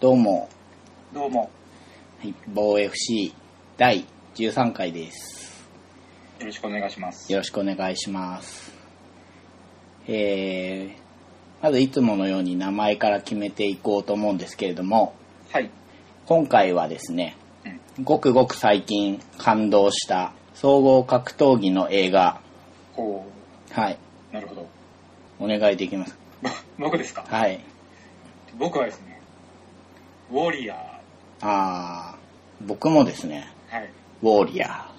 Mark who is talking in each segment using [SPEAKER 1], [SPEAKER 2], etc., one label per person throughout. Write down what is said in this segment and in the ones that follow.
[SPEAKER 1] どうも、
[SPEAKER 2] どうも、
[SPEAKER 1] はい、防 FC 第13回です。
[SPEAKER 2] よろしくお願いします。
[SPEAKER 1] よろしくお願いします。えー、まずいつものように名前から決めていこうと思うんですけれども、
[SPEAKER 2] はい。
[SPEAKER 1] 今回はですね、ごくごく最近感動した総合格闘技の映画、
[SPEAKER 2] こ
[SPEAKER 1] はい、
[SPEAKER 2] う、なるほど。
[SPEAKER 1] お願いできます。
[SPEAKER 2] ぼ僕ですか
[SPEAKER 1] はい。
[SPEAKER 2] 僕はですね、ウォリアー。
[SPEAKER 1] あー、僕もですね、
[SPEAKER 2] はい。
[SPEAKER 1] ウォーリア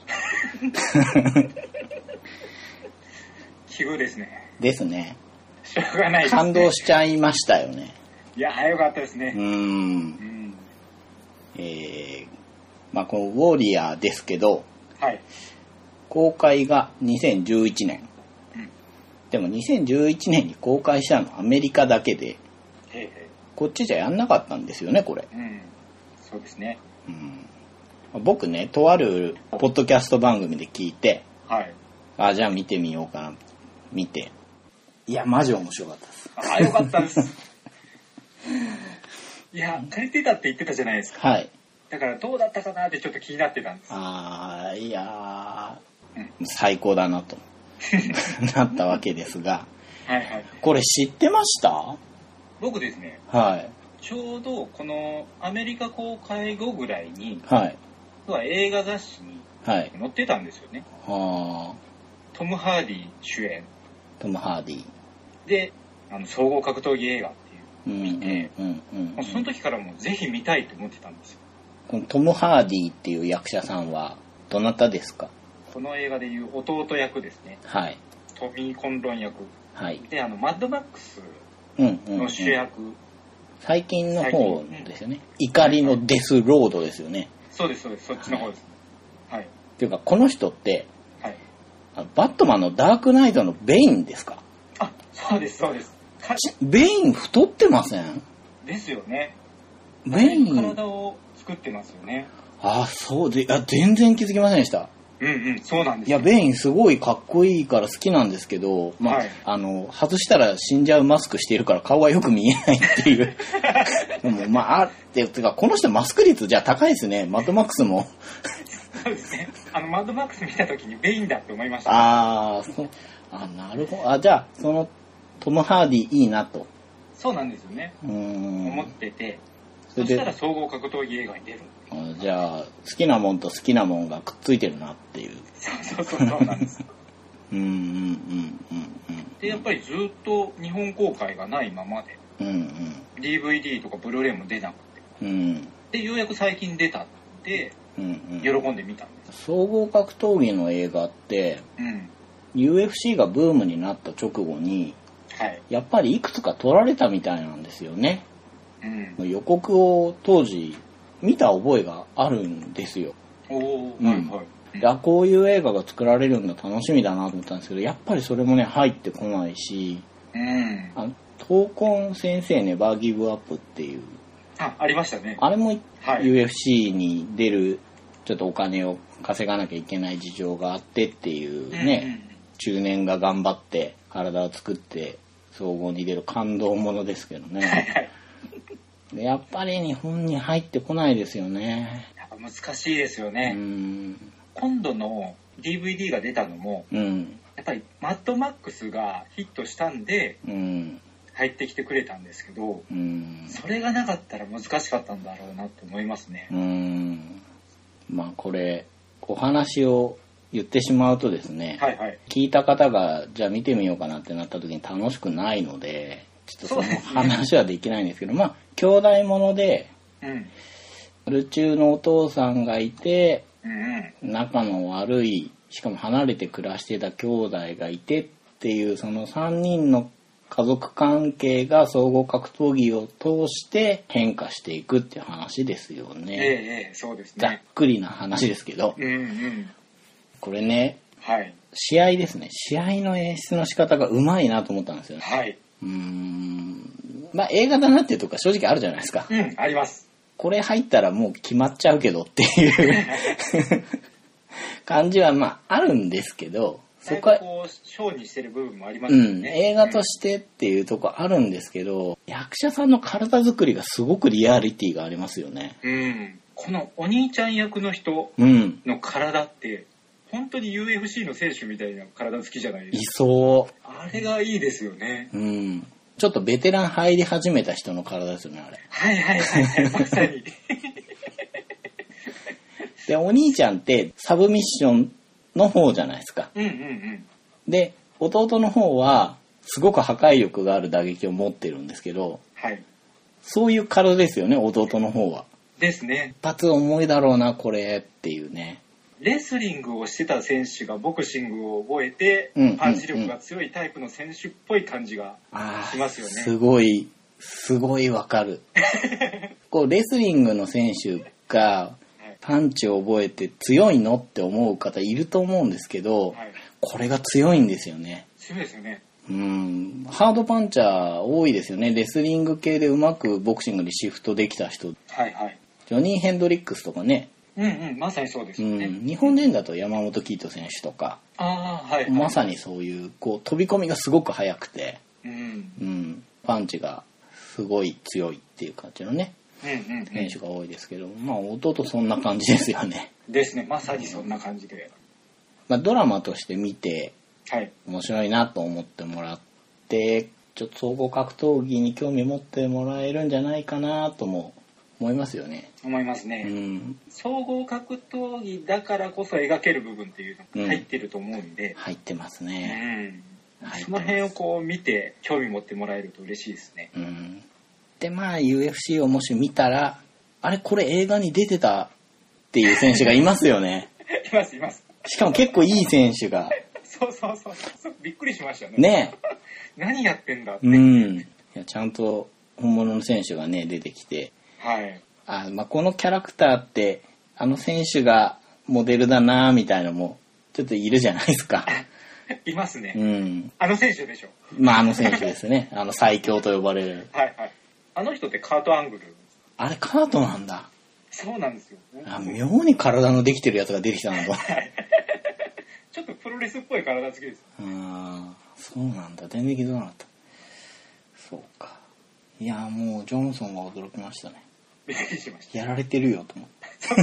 [SPEAKER 2] 奇遇ですね。
[SPEAKER 1] ーですね。
[SPEAKER 2] しょうがないです、ね。
[SPEAKER 1] 感動しちゃいましたよね。
[SPEAKER 2] いや、早かったです
[SPEAKER 1] う
[SPEAKER 2] ね。
[SPEAKER 1] ーん
[SPEAKER 2] う。ん。
[SPEAKER 1] えーまあ、この「ウォーリアー」ですけど
[SPEAKER 2] はい。
[SPEAKER 1] 公開が2011年、
[SPEAKER 2] うん
[SPEAKER 1] でも2011年に公開したのアメリカだけで
[SPEAKER 2] へいへ
[SPEAKER 1] こっちじゃやんなかったんですよねこれ、
[SPEAKER 2] い。うん。そうですね。
[SPEAKER 1] うん、僕ねとあるポッドキャスト番組で聞いて
[SPEAKER 2] はい。
[SPEAKER 1] あじゃあ見てみようかな見ていやマジ面白かったです
[SPEAKER 2] あ、よかったです。 いや、借りてたって言ってたじゃないですか。
[SPEAKER 1] はい
[SPEAKER 2] だからどうだったかなってちょっと気になってたんです。
[SPEAKER 1] あーいやー
[SPEAKER 2] う
[SPEAKER 1] 最高だな となったわけですが
[SPEAKER 2] はいはい。
[SPEAKER 1] これ知ってました
[SPEAKER 2] 僕ですね、
[SPEAKER 1] はい
[SPEAKER 2] ちょうどこのアメリカ公開後ぐらいに、
[SPEAKER 1] はい
[SPEAKER 2] 僕は映画雑誌に
[SPEAKER 1] はい
[SPEAKER 2] 載ってたんですよね。
[SPEAKER 1] あ
[SPEAKER 2] トム・ハーディ主演
[SPEAKER 1] ートム・ハーディ。
[SPEAKER 2] であの総合格闘技映画っていう
[SPEAKER 1] うん
[SPEAKER 2] 見て
[SPEAKER 1] うんうんうん
[SPEAKER 2] もうその時からもうぜひ見たいと思ってたんですよ
[SPEAKER 1] このトム・ハーディっていう役者さんはどなたですか
[SPEAKER 2] この映画でいう弟役ですね
[SPEAKER 1] はい
[SPEAKER 2] トミー・コンロン役
[SPEAKER 1] はい、
[SPEAKER 2] であのマッドマックス
[SPEAKER 1] うんうんう
[SPEAKER 2] の
[SPEAKER 1] ん、
[SPEAKER 2] 主役、
[SPEAKER 1] 最近の方ですよね怒りのデス・ロードですよね、
[SPEAKER 2] そうですそうですそっちの方ですはい
[SPEAKER 1] っていうかこの人って
[SPEAKER 2] はい
[SPEAKER 1] あのバットマンのダークナイトのベインですか
[SPEAKER 2] あそうですそうですか
[SPEAKER 1] ちベイン太ってません
[SPEAKER 2] ですよね
[SPEAKER 1] ベイン
[SPEAKER 2] 体を作ってますよね
[SPEAKER 1] あそうであ全然気づきませんでした
[SPEAKER 2] うんうんそうなんで
[SPEAKER 1] い
[SPEAKER 2] すよ
[SPEAKER 1] や、ベインすごいかっこいいから好きなんですけど、まあ、
[SPEAKER 2] はい
[SPEAKER 1] あの、外したら死んじゃうマスクしているから顔はよく見えないって いう。でもまあ、あって、てか、この人マスク率じゃあ高いですね。マッドマックスも。
[SPEAKER 2] そうですねあのマッドマックス見た時にベインだって思いました
[SPEAKER 1] あーそうあ、なるほど。あ、じゃあ、その、トム・ハーディいいなと。
[SPEAKER 2] そうなんですよね
[SPEAKER 1] うー
[SPEAKER 2] 思っ
[SPEAKER 1] ん。
[SPEAKER 2] てて、
[SPEAKER 1] それ
[SPEAKER 2] そしたら
[SPEAKER 1] で、
[SPEAKER 2] 総合格闘技映画に出る
[SPEAKER 1] あじゃあ、好きなもんと好きなもんがくっついてるなっていう。
[SPEAKER 2] そうそうそうそうなんです。
[SPEAKER 1] うん、うん、うん、うん、
[SPEAKER 2] で、やっぱりずっと日本公開がないままで、
[SPEAKER 1] うん。うん、
[SPEAKER 2] DVD とかブルーレイも出なく
[SPEAKER 1] うん。うん、
[SPEAKER 2] て、で、ようやく最近出たって、
[SPEAKER 1] うん、
[SPEAKER 2] 喜
[SPEAKER 1] うん。
[SPEAKER 2] んで見たんです。
[SPEAKER 1] 総合格闘技の映画って、
[SPEAKER 2] うん。
[SPEAKER 1] UFC がブームになった直後に
[SPEAKER 2] はい。
[SPEAKER 1] やっぱりいくつか撮られたみたいなんですよね
[SPEAKER 2] うん。
[SPEAKER 1] 予告を当時見た覚えがあるんですよ
[SPEAKER 2] お
[SPEAKER 1] うん
[SPEAKER 2] ー、はいはい。
[SPEAKER 1] であこういう映画が作られるんだ楽しみだなと思ったんですけどやっぱりそれもね入ってこないし
[SPEAKER 2] うん。
[SPEAKER 1] あの闘魂先生ねバーギブアップっていう
[SPEAKER 2] あ、ありましたね。
[SPEAKER 1] あれも
[SPEAKER 2] はい
[SPEAKER 1] UFC に出るちょっとお金を稼がなきゃいけない事情があってっていう
[SPEAKER 2] うん
[SPEAKER 1] ね、中年が頑張って体を作って総合に出る感動ものですけどね
[SPEAKER 2] はい
[SPEAKER 1] でやっぱり日本に入ってこないですよね
[SPEAKER 2] やっぱ難しいですよ
[SPEAKER 1] う
[SPEAKER 2] ね。
[SPEAKER 1] ん
[SPEAKER 2] 今度の DVD が出たのも、
[SPEAKER 1] うん
[SPEAKER 2] やっぱりマッドマックスがヒットしたんで、
[SPEAKER 1] うん
[SPEAKER 2] 入ってきてくれたんですけど、
[SPEAKER 1] うん
[SPEAKER 2] それがなかったら難しかったんだろうなって思いますね。
[SPEAKER 1] うんまあこれお話を言ってしまうとですね、
[SPEAKER 2] はいはい。
[SPEAKER 1] 聞いた方がじゃあ見てみようかなってなった時に楽しくないのでちょっとその
[SPEAKER 2] そうですね
[SPEAKER 1] 話はできないんですけどまあ兄弟もので
[SPEAKER 2] うん。
[SPEAKER 1] ル中のお父さんがいて
[SPEAKER 2] うんうん。
[SPEAKER 1] 仲の悪いしかも離れて暮らしてた兄弟がいてっていうその3人の家族関係が総合格闘技を通して変化していくっていう話ですよ
[SPEAKER 2] ええ
[SPEAKER 1] ね。
[SPEAKER 2] ええそうです
[SPEAKER 1] ざっ
[SPEAKER 2] ね。
[SPEAKER 1] くりな話ですけど
[SPEAKER 2] うんうん。
[SPEAKER 1] これね
[SPEAKER 2] はい。
[SPEAKER 1] 試合ですね試合の演出の仕方がうまいなと思ったんですよね。
[SPEAKER 2] はい。
[SPEAKER 1] うーんまあ映画だなっていうとこは正直あるじゃないですか。
[SPEAKER 2] うん、あります。
[SPEAKER 1] これ入ったらもう決まっち ゃうけどっていう感じはまああるんですけどそ
[SPEAKER 2] そ
[SPEAKER 1] こ
[SPEAKER 2] こ
[SPEAKER 1] は
[SPEAKER 2] こうショーにしてる部分もあります
[SPEAKER 1] う
[SPEAKER 2] よね、
[SPEAKER 1] ん、映画としてっていうとこあるんですけど、役者さんの体作りがすごくリアリティがありますよね。
[SPEAKER 2] うん、このお兄ちゃん役の人
[SPEAKER 1] うん。
[SPEAKER 2] の体って本当に UFC の選手みたいな体好きじゃない
[SPEAKER 1] い
[SPEAKER 2] です
[SPEAKER 1] そ
[SPEAKER 2] かあれがいいですよね
[SPEAKER 1] う。うん。ちょっとベテラン入り始めた人の体ですよね、あれ。
[SPEAKER 2] はいはいはいはいまさ に
[SPEAKER 1] で、お兄ちゃんってサブミッションの方じゃないですか。
[SPEAKER 2] うんうんうん
[SPEAKER 1] で、弟の方は、すごく破壊力がある打撃を持ってるんですけど、
[SPEAKER 2] はい
[SPEAKER 1] そういう体ですよね、弟の方は。
[SPEAKER 2] ですね
[SPEAKER 1] 一発重いだろうな、これっていうね。
[SPEAKER 2] レスリングをしてた選手がボクシングを覚えて、
[SPEAKER 1] うん
[SPEAKER 2] パンチ力が強いタイプの選手っぽい感じが、
[SPEAKER 1] あ
[SPEAKER 2] し
[SPEAKER 1] あ、
[SPEAKER 2] ますよね
[SPEAKER 1] すごい、すごいわ かる。こう、レスリングの選手が、パンチを覚えて強いのって思う方いると思うんですけど
[SPEAKER 2] はい、はい、
[SPEAKER 1] これが強いんですよね。
[SPEAKER 2] 強いですよね
[SPEAKER 1] うん、ハードパンチャー多いですよね。レスリング系でうまくボクシングにシフトできた人。
[SPEAKER 2] はいはい
[SPEAKER 1] ジョニー・ヘンドリックスとかね、
[SPEAKER 2] うんうんまさにそうです
[SPEAKER 1] う
[SPEAKER 2] よね、
[SPEAKER 1] ん、日本人だと山本キート選手とか、
[SPEAKER 2] ああはい、はい、
[SPEAKER 1] まさにそういう、こう、飛び込みがすごく速くて、
[SPEAKER 2] うんうん
[SPEAKER 1] うん、パンチがすごい強いっていう感じのね、
[SPEAKER 2] うんうん
[SPEAKER 1] 選手が多いですけど、まあ、弟そんな感じですよね。
[SPEAKER 2] ですねまさにそんな感じで、
[SPEAKER 1] まあ、ドラマとして見て、
[SPEAKER 2] はい
[SPEAKER 1] 面白いなと思ってもらって、ちょっと総合格闘技に興味持ってもらえるんじゃないかなとも思いますよね。
[SPEAKER 2] 思いますね、
[SPEAKER 1] うん、
[SPEAKER 2] 総合格闘技だからこそ描ける部分っていうのが入ってると思うんで、
[SPEAKER 1] 入ってます
[SPEAKER 2] うん
[SPEAKER 1] ね。入ってます
[SPEAKER 2] その辺をこう見て興味持ってもらえると嬉しいですね
[SPEAKER 1] うん、で、まあ、UFC をもし見たら、あれ、これ映画に出てたっていう選手がいますよね。
[SPEAKER 2] いますいます
[SPEAKER 1] しかも結構いい選手が。
[SPEAKER 2] そうそうそうそうびっくりしましたね
[SPEAKER 1] ね。
[SPEAKER 2] 何やってんだって、
[SPEAKER 1] うん。いや、ちゃんと本物の選手がね、出てきて。
[SPEAKER 2] はい
[SPEAKER 1] あ、まあ、このキャラクターって、あの選手がモデルだなみたいのも、ちょっといるじゃないですか。
[SPEAKER 2] いますね、
[SPEAKER 1] うん。
[SPEAKER 2] あの選手でしょ
[SPEAKER 1] まあ、あの選手ですね。あの最強と呼ばれる。
[SPEAKER 2] はいはいあの人ってカートアングル
[SPEAKER 1] あれ、カートなんだ。
[SPEAKER 2] そうなんですよ
[SPEAKER 1] あ妙に体のできてるやつが出てきたなと。
[SPEAKER 2] ちょっとプロレスっぽい体つきです
[SPEAKER 1] あーそうなんだ全然気づかなかったそうかいやもうジョンソンは驚きましたね
[SPEAKER 2] びっくりしま した
[SPEAKER 1] やられてるよと思って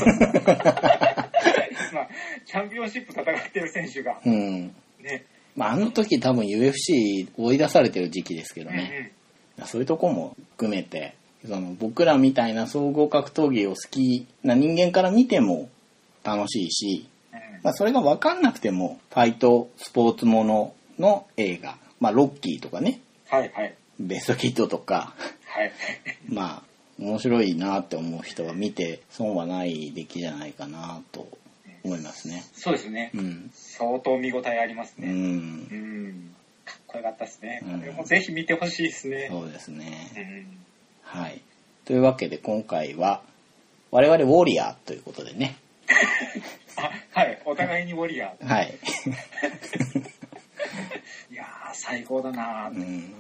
[SPEAKER 2] まあ、チャンピオンシップ戦ってる選手が、
[SPEAKER 1] うん、
[SPEAKER 2] ね、
[SPEAKER 1] まあ、あの時多分 UFC 追い出されてる時期ですけ
[SPEAKER 2] う
[SPEAKER 1] ど
[SPEAKER 2] ん
[SPEAKER 1] ね、
[SPEAKER 2] う
[SPEAKER 1] そういうとこも含めてその僕らみたいな総合格闘技を好きな人間から見ても楽しいし、
[SPEAKER 2] ん
[SPEAKER 1] まあ、それが分かんなくてもファイトスポーツものの映画、まあ、ロッキーとかね
[SPEAKER 2] はいはい。
[SPEAKER 1] ベストキットとか
[SPEAKER 2] はい。
[SPEAKER 1] まあ面白いなって思う人が見て損はない出来じゃないかなと思いますね。
[SPEAKER 2] そうですね
[SPEAKER 1] う。ん。
[SPEAKER 2] 相当見応えあります
[SPEAKER 1] う
[SPEAKER 2] ね。
[SPEAKER 1] ん
[SPEAKER 2] う。ん。かっこよかったですね。
[SPEAKER 1] うん
[SPEAKER 2] これもぜひ見てほしいですね。
[SPEAKER 1] そうです
[SPEAKER 2] う
[SPEAKER 1] ね。
[SPEAKER 2] ん。
[SPEAKER 1] はい。というわけで今回は我々ウォリアーということでね。
[SPEAKER 2] あ、はい。お互いにウォリア
[SPEAKER 1] はい。
[SPEAKER 2] ー。いやー、最高だなー、
[SPEAKER 1] うん。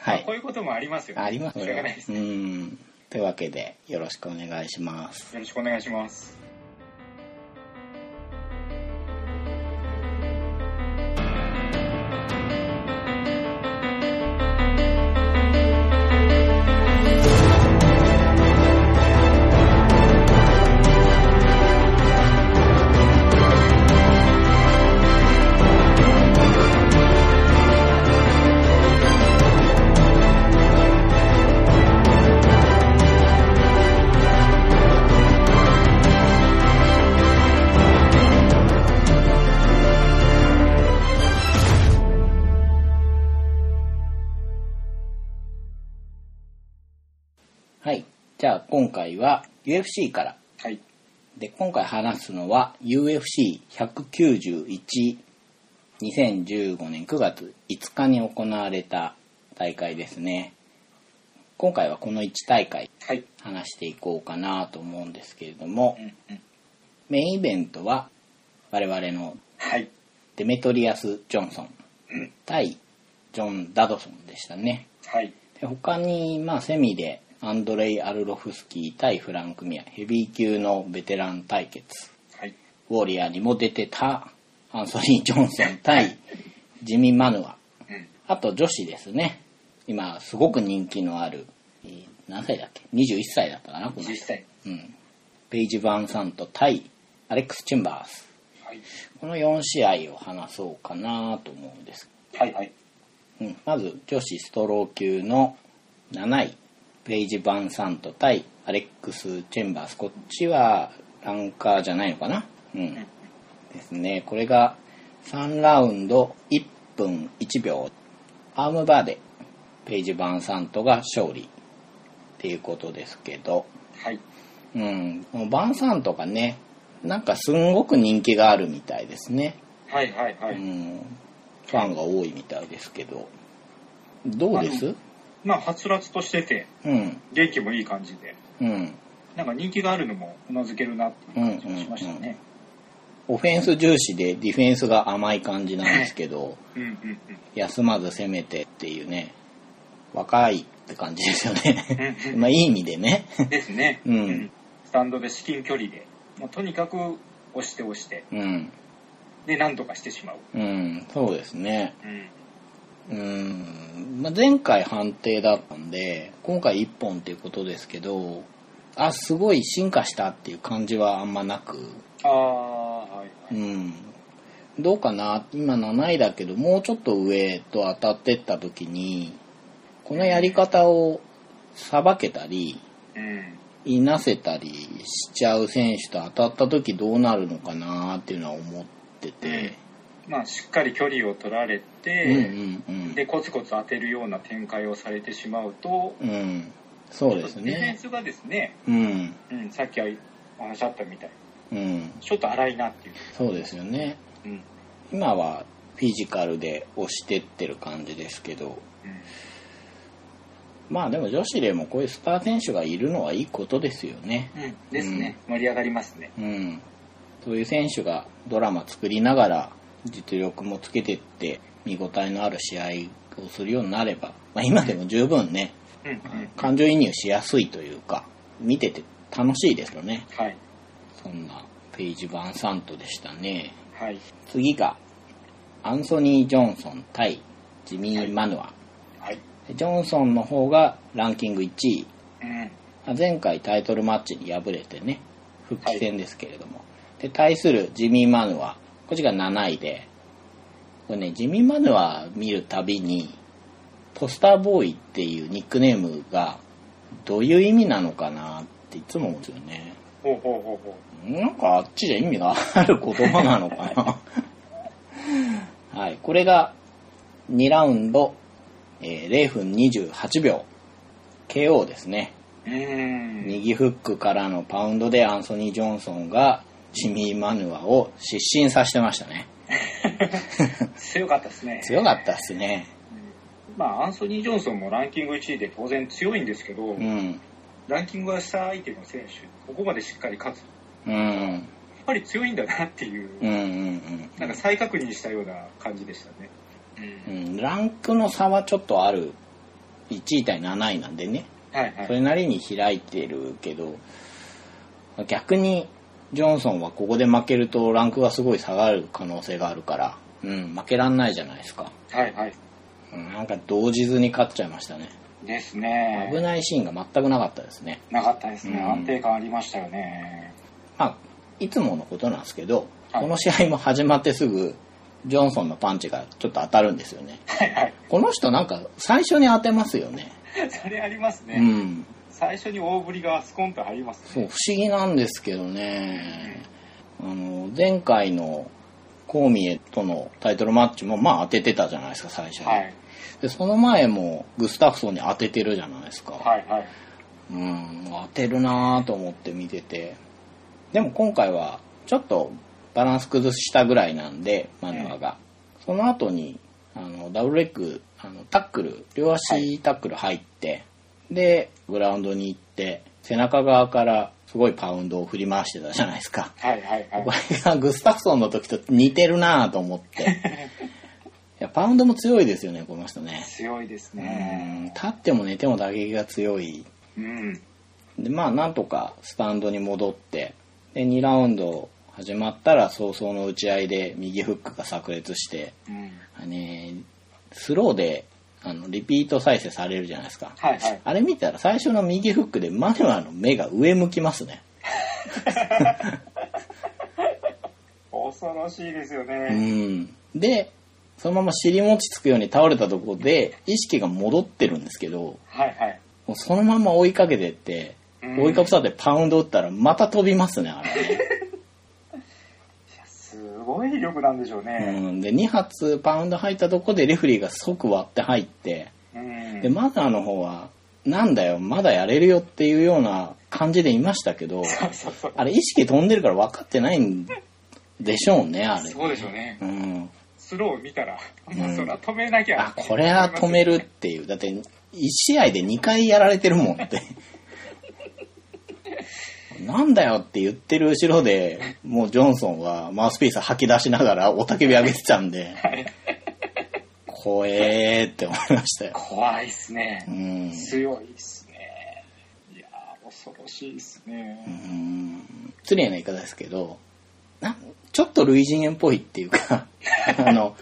[SPEAKER 1] は
[SPEAKER 2] こう
[SPEAKER 1] い。
[SPEAKER 2] いうこともありますよね。
[SPEAKER 1] あります
[SPEAKER 2] しょうがないです
[SPEAKER 1] う。ん。というわけでよろしくお願いします。
[SPEAKER 2] よろしくお願いします。
[SPEAKER 1] はい。じゃあ今回は UFC から
[SPEAKER 2] はい。
[SPEAKER 1] で今回話すのは UFC1912015 年9月5日に行われた大会ですね今回はこの1大会
[SPEAKER 2] はい。
[SPEAKER 1] 話していこうかなと思うんですけれども
[SPEAKER 2] うんうん。
[SPEAKER 1] メインイベントは我々の
[SPEAKER 2] はい。
[SPEAKER 1] デメトリアス・ジョンソン対ジョン・ダドソンでしたね
[SPEAKER 2] はい。
[SPEAKER 1] で他に、まあ、セミでアンドレイ・アルロフスキー対フランク・ミアヘビー級のベテラン対決
[SPEAKER 2] はい。
[SPEAKER 1] ウォリアーにも出てたアンソニー・ジョンソン対ジミー・マヌア。
[SPEAKER 2] うん。
[SPEAKER 1] あと女子ですね。今、すごく人気のある、えー何歳だっけ ?21 歳だったかな、この
[SPEAKER 2] 実
[SPEAKER 1] 人。
[SPEAKER 2] 際。
[SPEAKER 1] うん。ペイジ・バーンサント対アレックス・チェンバース。
[SPEAKER 2] はい。
[SPEAKER 1] この4試合を話そうかなと思うんです。
[SPEAKER 2] はいはい。
[SPEAKER 1] うん。まず、女子ストロー級の7位、ペイジ・バーンサント対アレックス・チェンバース。こっちはランカーじゃないのかなうん
[SPEAKER 2] うん。
[SPEAKER 1] ですね。これが3ラウンド1分1秒。アームバーでペイジ・バーンサントが勝利っていうことですけど、
[SPEAKER 2] はい。
[SPEAKER 1] うん、このバーンサントがね、なんかすんごく人気があるみたいですね。
[SPEAKER 2] はいはいは
[SPEAKER 1] う
[SPEAKER 2] い。
[SPEAKER 1] ん、ファンが多いみたいですけど。どうです
[SPEAKER 2] まあ、はつらつとしてて、
[SPEAKER 1] うん、
[SPEAKER 2] 元気もいい感じで、
[SPEAKER 1] うん。
[SPEAKER 2] なんか人気があるのもうなずけるなっていう感じがしましたね。
[SPEAKER 1] オフェンス重視でディフェンスが甘い感じなんですけど、
[SPEAKER 2] うんうん
[SPEAKER 1] 休まず攻めてっていうね、若いって感じですよ ね。
[SPEAKER 2] うん
[SPEAKER 1] まあいい意味でね。
[SPEAKER 2] うん。ですね。
[SPEAKER 1] うん
[SPEAKER 2] スタンドで至近距離で、もうとにかく押して押して、
[SPEAKER 1] うん。
[SPEAKER 2] で、なんとかしてしまう。
[SPEAKER 1] うん、そうですね。
[SPEAKER 2] うん。
[SPEAKER 1] うん。まあ、前回判定だったんで、今回1本っていうことですけど、あ、すごい進化したっていう感じはあんまなく、
[SPEAKER 2] ああ、はいは
[SPEAKER 1] う
[SPEAKER 2] い。
[SPEAKER 1] ん。どうかな今7位だけど、もうちょっと上と当たってった時に、このやり方をさばけたり、
[SPEAKER 2] うん。
[SPEAKER 1] いなせたりしちゃう選手と当たった時どうなるのかなっていうのは思ってて、
[SPEAKER 2] まあ、しっかり距離を取られ
[SPEAKER 1] うんう
[SPEAKER 2] て、
[SPEAKER 1] んうん
[SPEAKER 2] で、コツコツ当てるような展開をされてしまうと、
[SPEAKER 1] うんそう
[SPEAKER 2] デ
[SPEAKER 1] です
[SPEAKER 2] ィフェン
[SPEAKER 1] ね
[SPEAKER 2] スがですね、
[SPEAKER 1] うん
[SPEAKER 2] うん、さっきはお話しあったみたいに
[SPEAKER 1] うん
[SPEAKER 2] ちょっと荒いなっていう。
[SPEAKER 1] そうですよね
[SPEAKER 2] うん。うん。
[SPEAKER 1] 今はフィジカルで押してってる感じですけどまあでも女子でもこういうスター選手がいるのはいいことですよね
[SPEAKER 2] うん。ですね。盛り上がりますね。
[SPEAKER 1] うんそういう選手がドラマ作りながら実力もつけてって見応えのある試合をするようになれば、まあ、今でも十分ね
[SPEAKER 2] うんうん。
[SPEAKER 1] 感情移入しやすいというか見てて楽しいですよね
[SPEAKER 2] はい。
[SPEAKER 1] そんなペイジ・バンサントでしたね
[SPEAKER 2] はい。
[SPEAKER 1] 次がアンソニー・ジョンソン対ジミー・マヌア、
[SPEAKER 2] はい。
[SPEAKER 1] ジョンソンの方がランキング1位
[SPEAKER 2] うん。
[SPEAKER 1] あ前回タイトルマッチに敗れてね復帰戦ですけれども、で対するジミー・マヌアこっちが7位でこれねジミー・マヌア見るたびにポスターボーイっていうニックネームがどういう意味なのかなっていつも思うんですよね
[SPEAKER 2] ほうほうほうほ
[SPEAKER 1] なんかあっちで意味がある言葉なのかなはいこれが2ラウンド、えー0分28秒 KO ですね
[SPEAKER 2] う。うーん。
[SPEAKER 1] 右フックからのパウンドでアンソニー・ジョンソンがジミー・マヌアを失神させてましたね
[SPEAKER 2] 強かったですね。
[SPEAKER 1] 強かったっすね
[SPEAKER 2] まあ、アンソニー・ジョンソンもランキング1位で当然強いんですけど、
[SPEAKER 1] うん
[SPEAKER 2] ランキングは下相手の選手、ここまでしっかり勝つ。や
[SPEAKER 1] うんうん
[SPEAKER 2] っぱり強いんだなっていう、
[SPEAKER 1] うんうん
[SPEAKER 2] なんか再確認したような感じでしたね。
[SPEAKER 1] う
[SPEAKER 2] うん
[SPEAKER 1] ランクの差はちょっとある1位対7位なんでね
[SPEAKER 2] ん。はいは
[SPEAKER 1] そ
[SPEAKER 2] い。
[SPEAKER 1] れなりに開いてるけど逆にジョンソンはここで負けるとランクがすごい下がる可能性があるから、うん、負けらんないじゃないですか、
[SPEAKER 2] はいはい。
[SPEAKER 1] うん、なんか動じずに勝っちゃいましたね
[SPEAKER 2] ですね。
[SPEAKER 1] 危ないシーンが全くなかったですね
[SPEAKER 2] なかったですね。
[SPEAKER 1] うん
[SPEAKER 2] 安定感ありましたよね。
[SPEAKER 1] まあ、いつものことなんですけど、
[SPEAKER 2] はい
[SPEAKER 1] この試合も始まってすぐ、ジョンソンのパンチがちょっと当たるんですよね。
[SPEAKER 2] はいはい。
[SPEAKER 1] この人なんか最初に当てますよね。
[SPEAKER 2] それありますね。
[SPEAKER 1] うん。
[SPEAKER 2] 最初に大振りがスコンと入ります
[SPEAKER 1] そう、不
[SPEAKER 2] ね。
[SPEAKER 1] 思議なんですけどね。あの、前回のコーミエとのタイトルマッチもまあ当ててたじゃないですか、最初に。
[SPEAKER 2] はい。
[SPEAKER 1] で、その前もグスタフソンに当ててるじゃないですか。
[SPEAKER 2] はいはい。
[SPEAKER 1] うん、当てるなぁと思って見てて。でも今回は、ちょっとバランス崩したぐらいなんで、マヌアが。その後に、あの、ダブルレッグ、あの、タックル、両足タックル入って、で、グラウンドに行って、背中側からすごいパウンドを振り回してたじゃないですか。
[SPEAKER 2] はいはいはい
[SPEAKER 1] こ。れがグスタフソンの時と似てるなぁと思って。いや、パウンドも強いですよね、この人ね。
[SPEAKER 2] 強いです
[SPEAKER 1] う
[SPEAKER 2] ね。
[SPEAKER 1] ん、立っても寝ても打撃が強い
[SPEAKER 2] うん。
[SPEAKER 1] でまあなんとかスタンドに戻ってで2ラウンド始まったら早々の打ち合いで右フックが炸裂して、
[SPEAKER 2] うん。
[SPEAKER 1] あね、スローであのリピート再生されるじゃないですか、
[SPEAKER 2] はいはい。
[SPEAKER 1] あれ見たら最初の右フックでマヌアの目が上向きますね
[SPEAKER 2] 恐ろしいですよ
[SPEAKER 1] う
[SPEAKER 2] ね。
[SPEAKER 1] んでそのまま尻餅つくように倒れたとこで意識が戻ってるんですけど
[SPEAKER 2] はいはい。
[SPEAKER 1] もうそのまま追いかけてって
[SPEAKER 2] うん
[SPEAKER 1] 追いかぶさってパウンド打ったらまた飛びますねあれね
[SPEAKER 2] すごい威力なんでしょうね。
[SPEAKER 1] うん、で2発パウンド入ったとこでレフェリーが即割って入って
[SPEAKER 2] うん。
[SPEAKER 1] でマザーの方は「なんだよまだやれるよ」っていうような感じでいましたけど
[SPEAKER 2] そうそう。
[SPEAKER 1] あれ意識飛んでるから分かってないんでしょうねあれ
[SPEAKER 2] そうでしょうね。
[SPEAKER 1] うん、
[SPEAKER 2] スロー見たら、
[SPEAKER 1] ん
[SPEAKER 2] まあ、そら止めなきゃ
[SPEAKER 1] あ。これは止めるっ。ていうだって1試合で2回やられてるもんって なんだよって言ってる後ろでもうジョンソンはマウスピース吐き出しながら雄たけび上げてたんで
[SPEAKER 2] はい
[SPEAKER 1] 怖えーって思いましたよ
[SPEAKER 2] 怖いっすね
[SPEAKER 1] う。ん
[SPEAKER 2] 強いっすね。いやー、恐ろしいっす
[SPEAKER 1] う
[SPEAKER 2] ね。
[SPEAKER 1] ん失礼な言い方ですけどなちょっと類人猿っぽいっていうか あの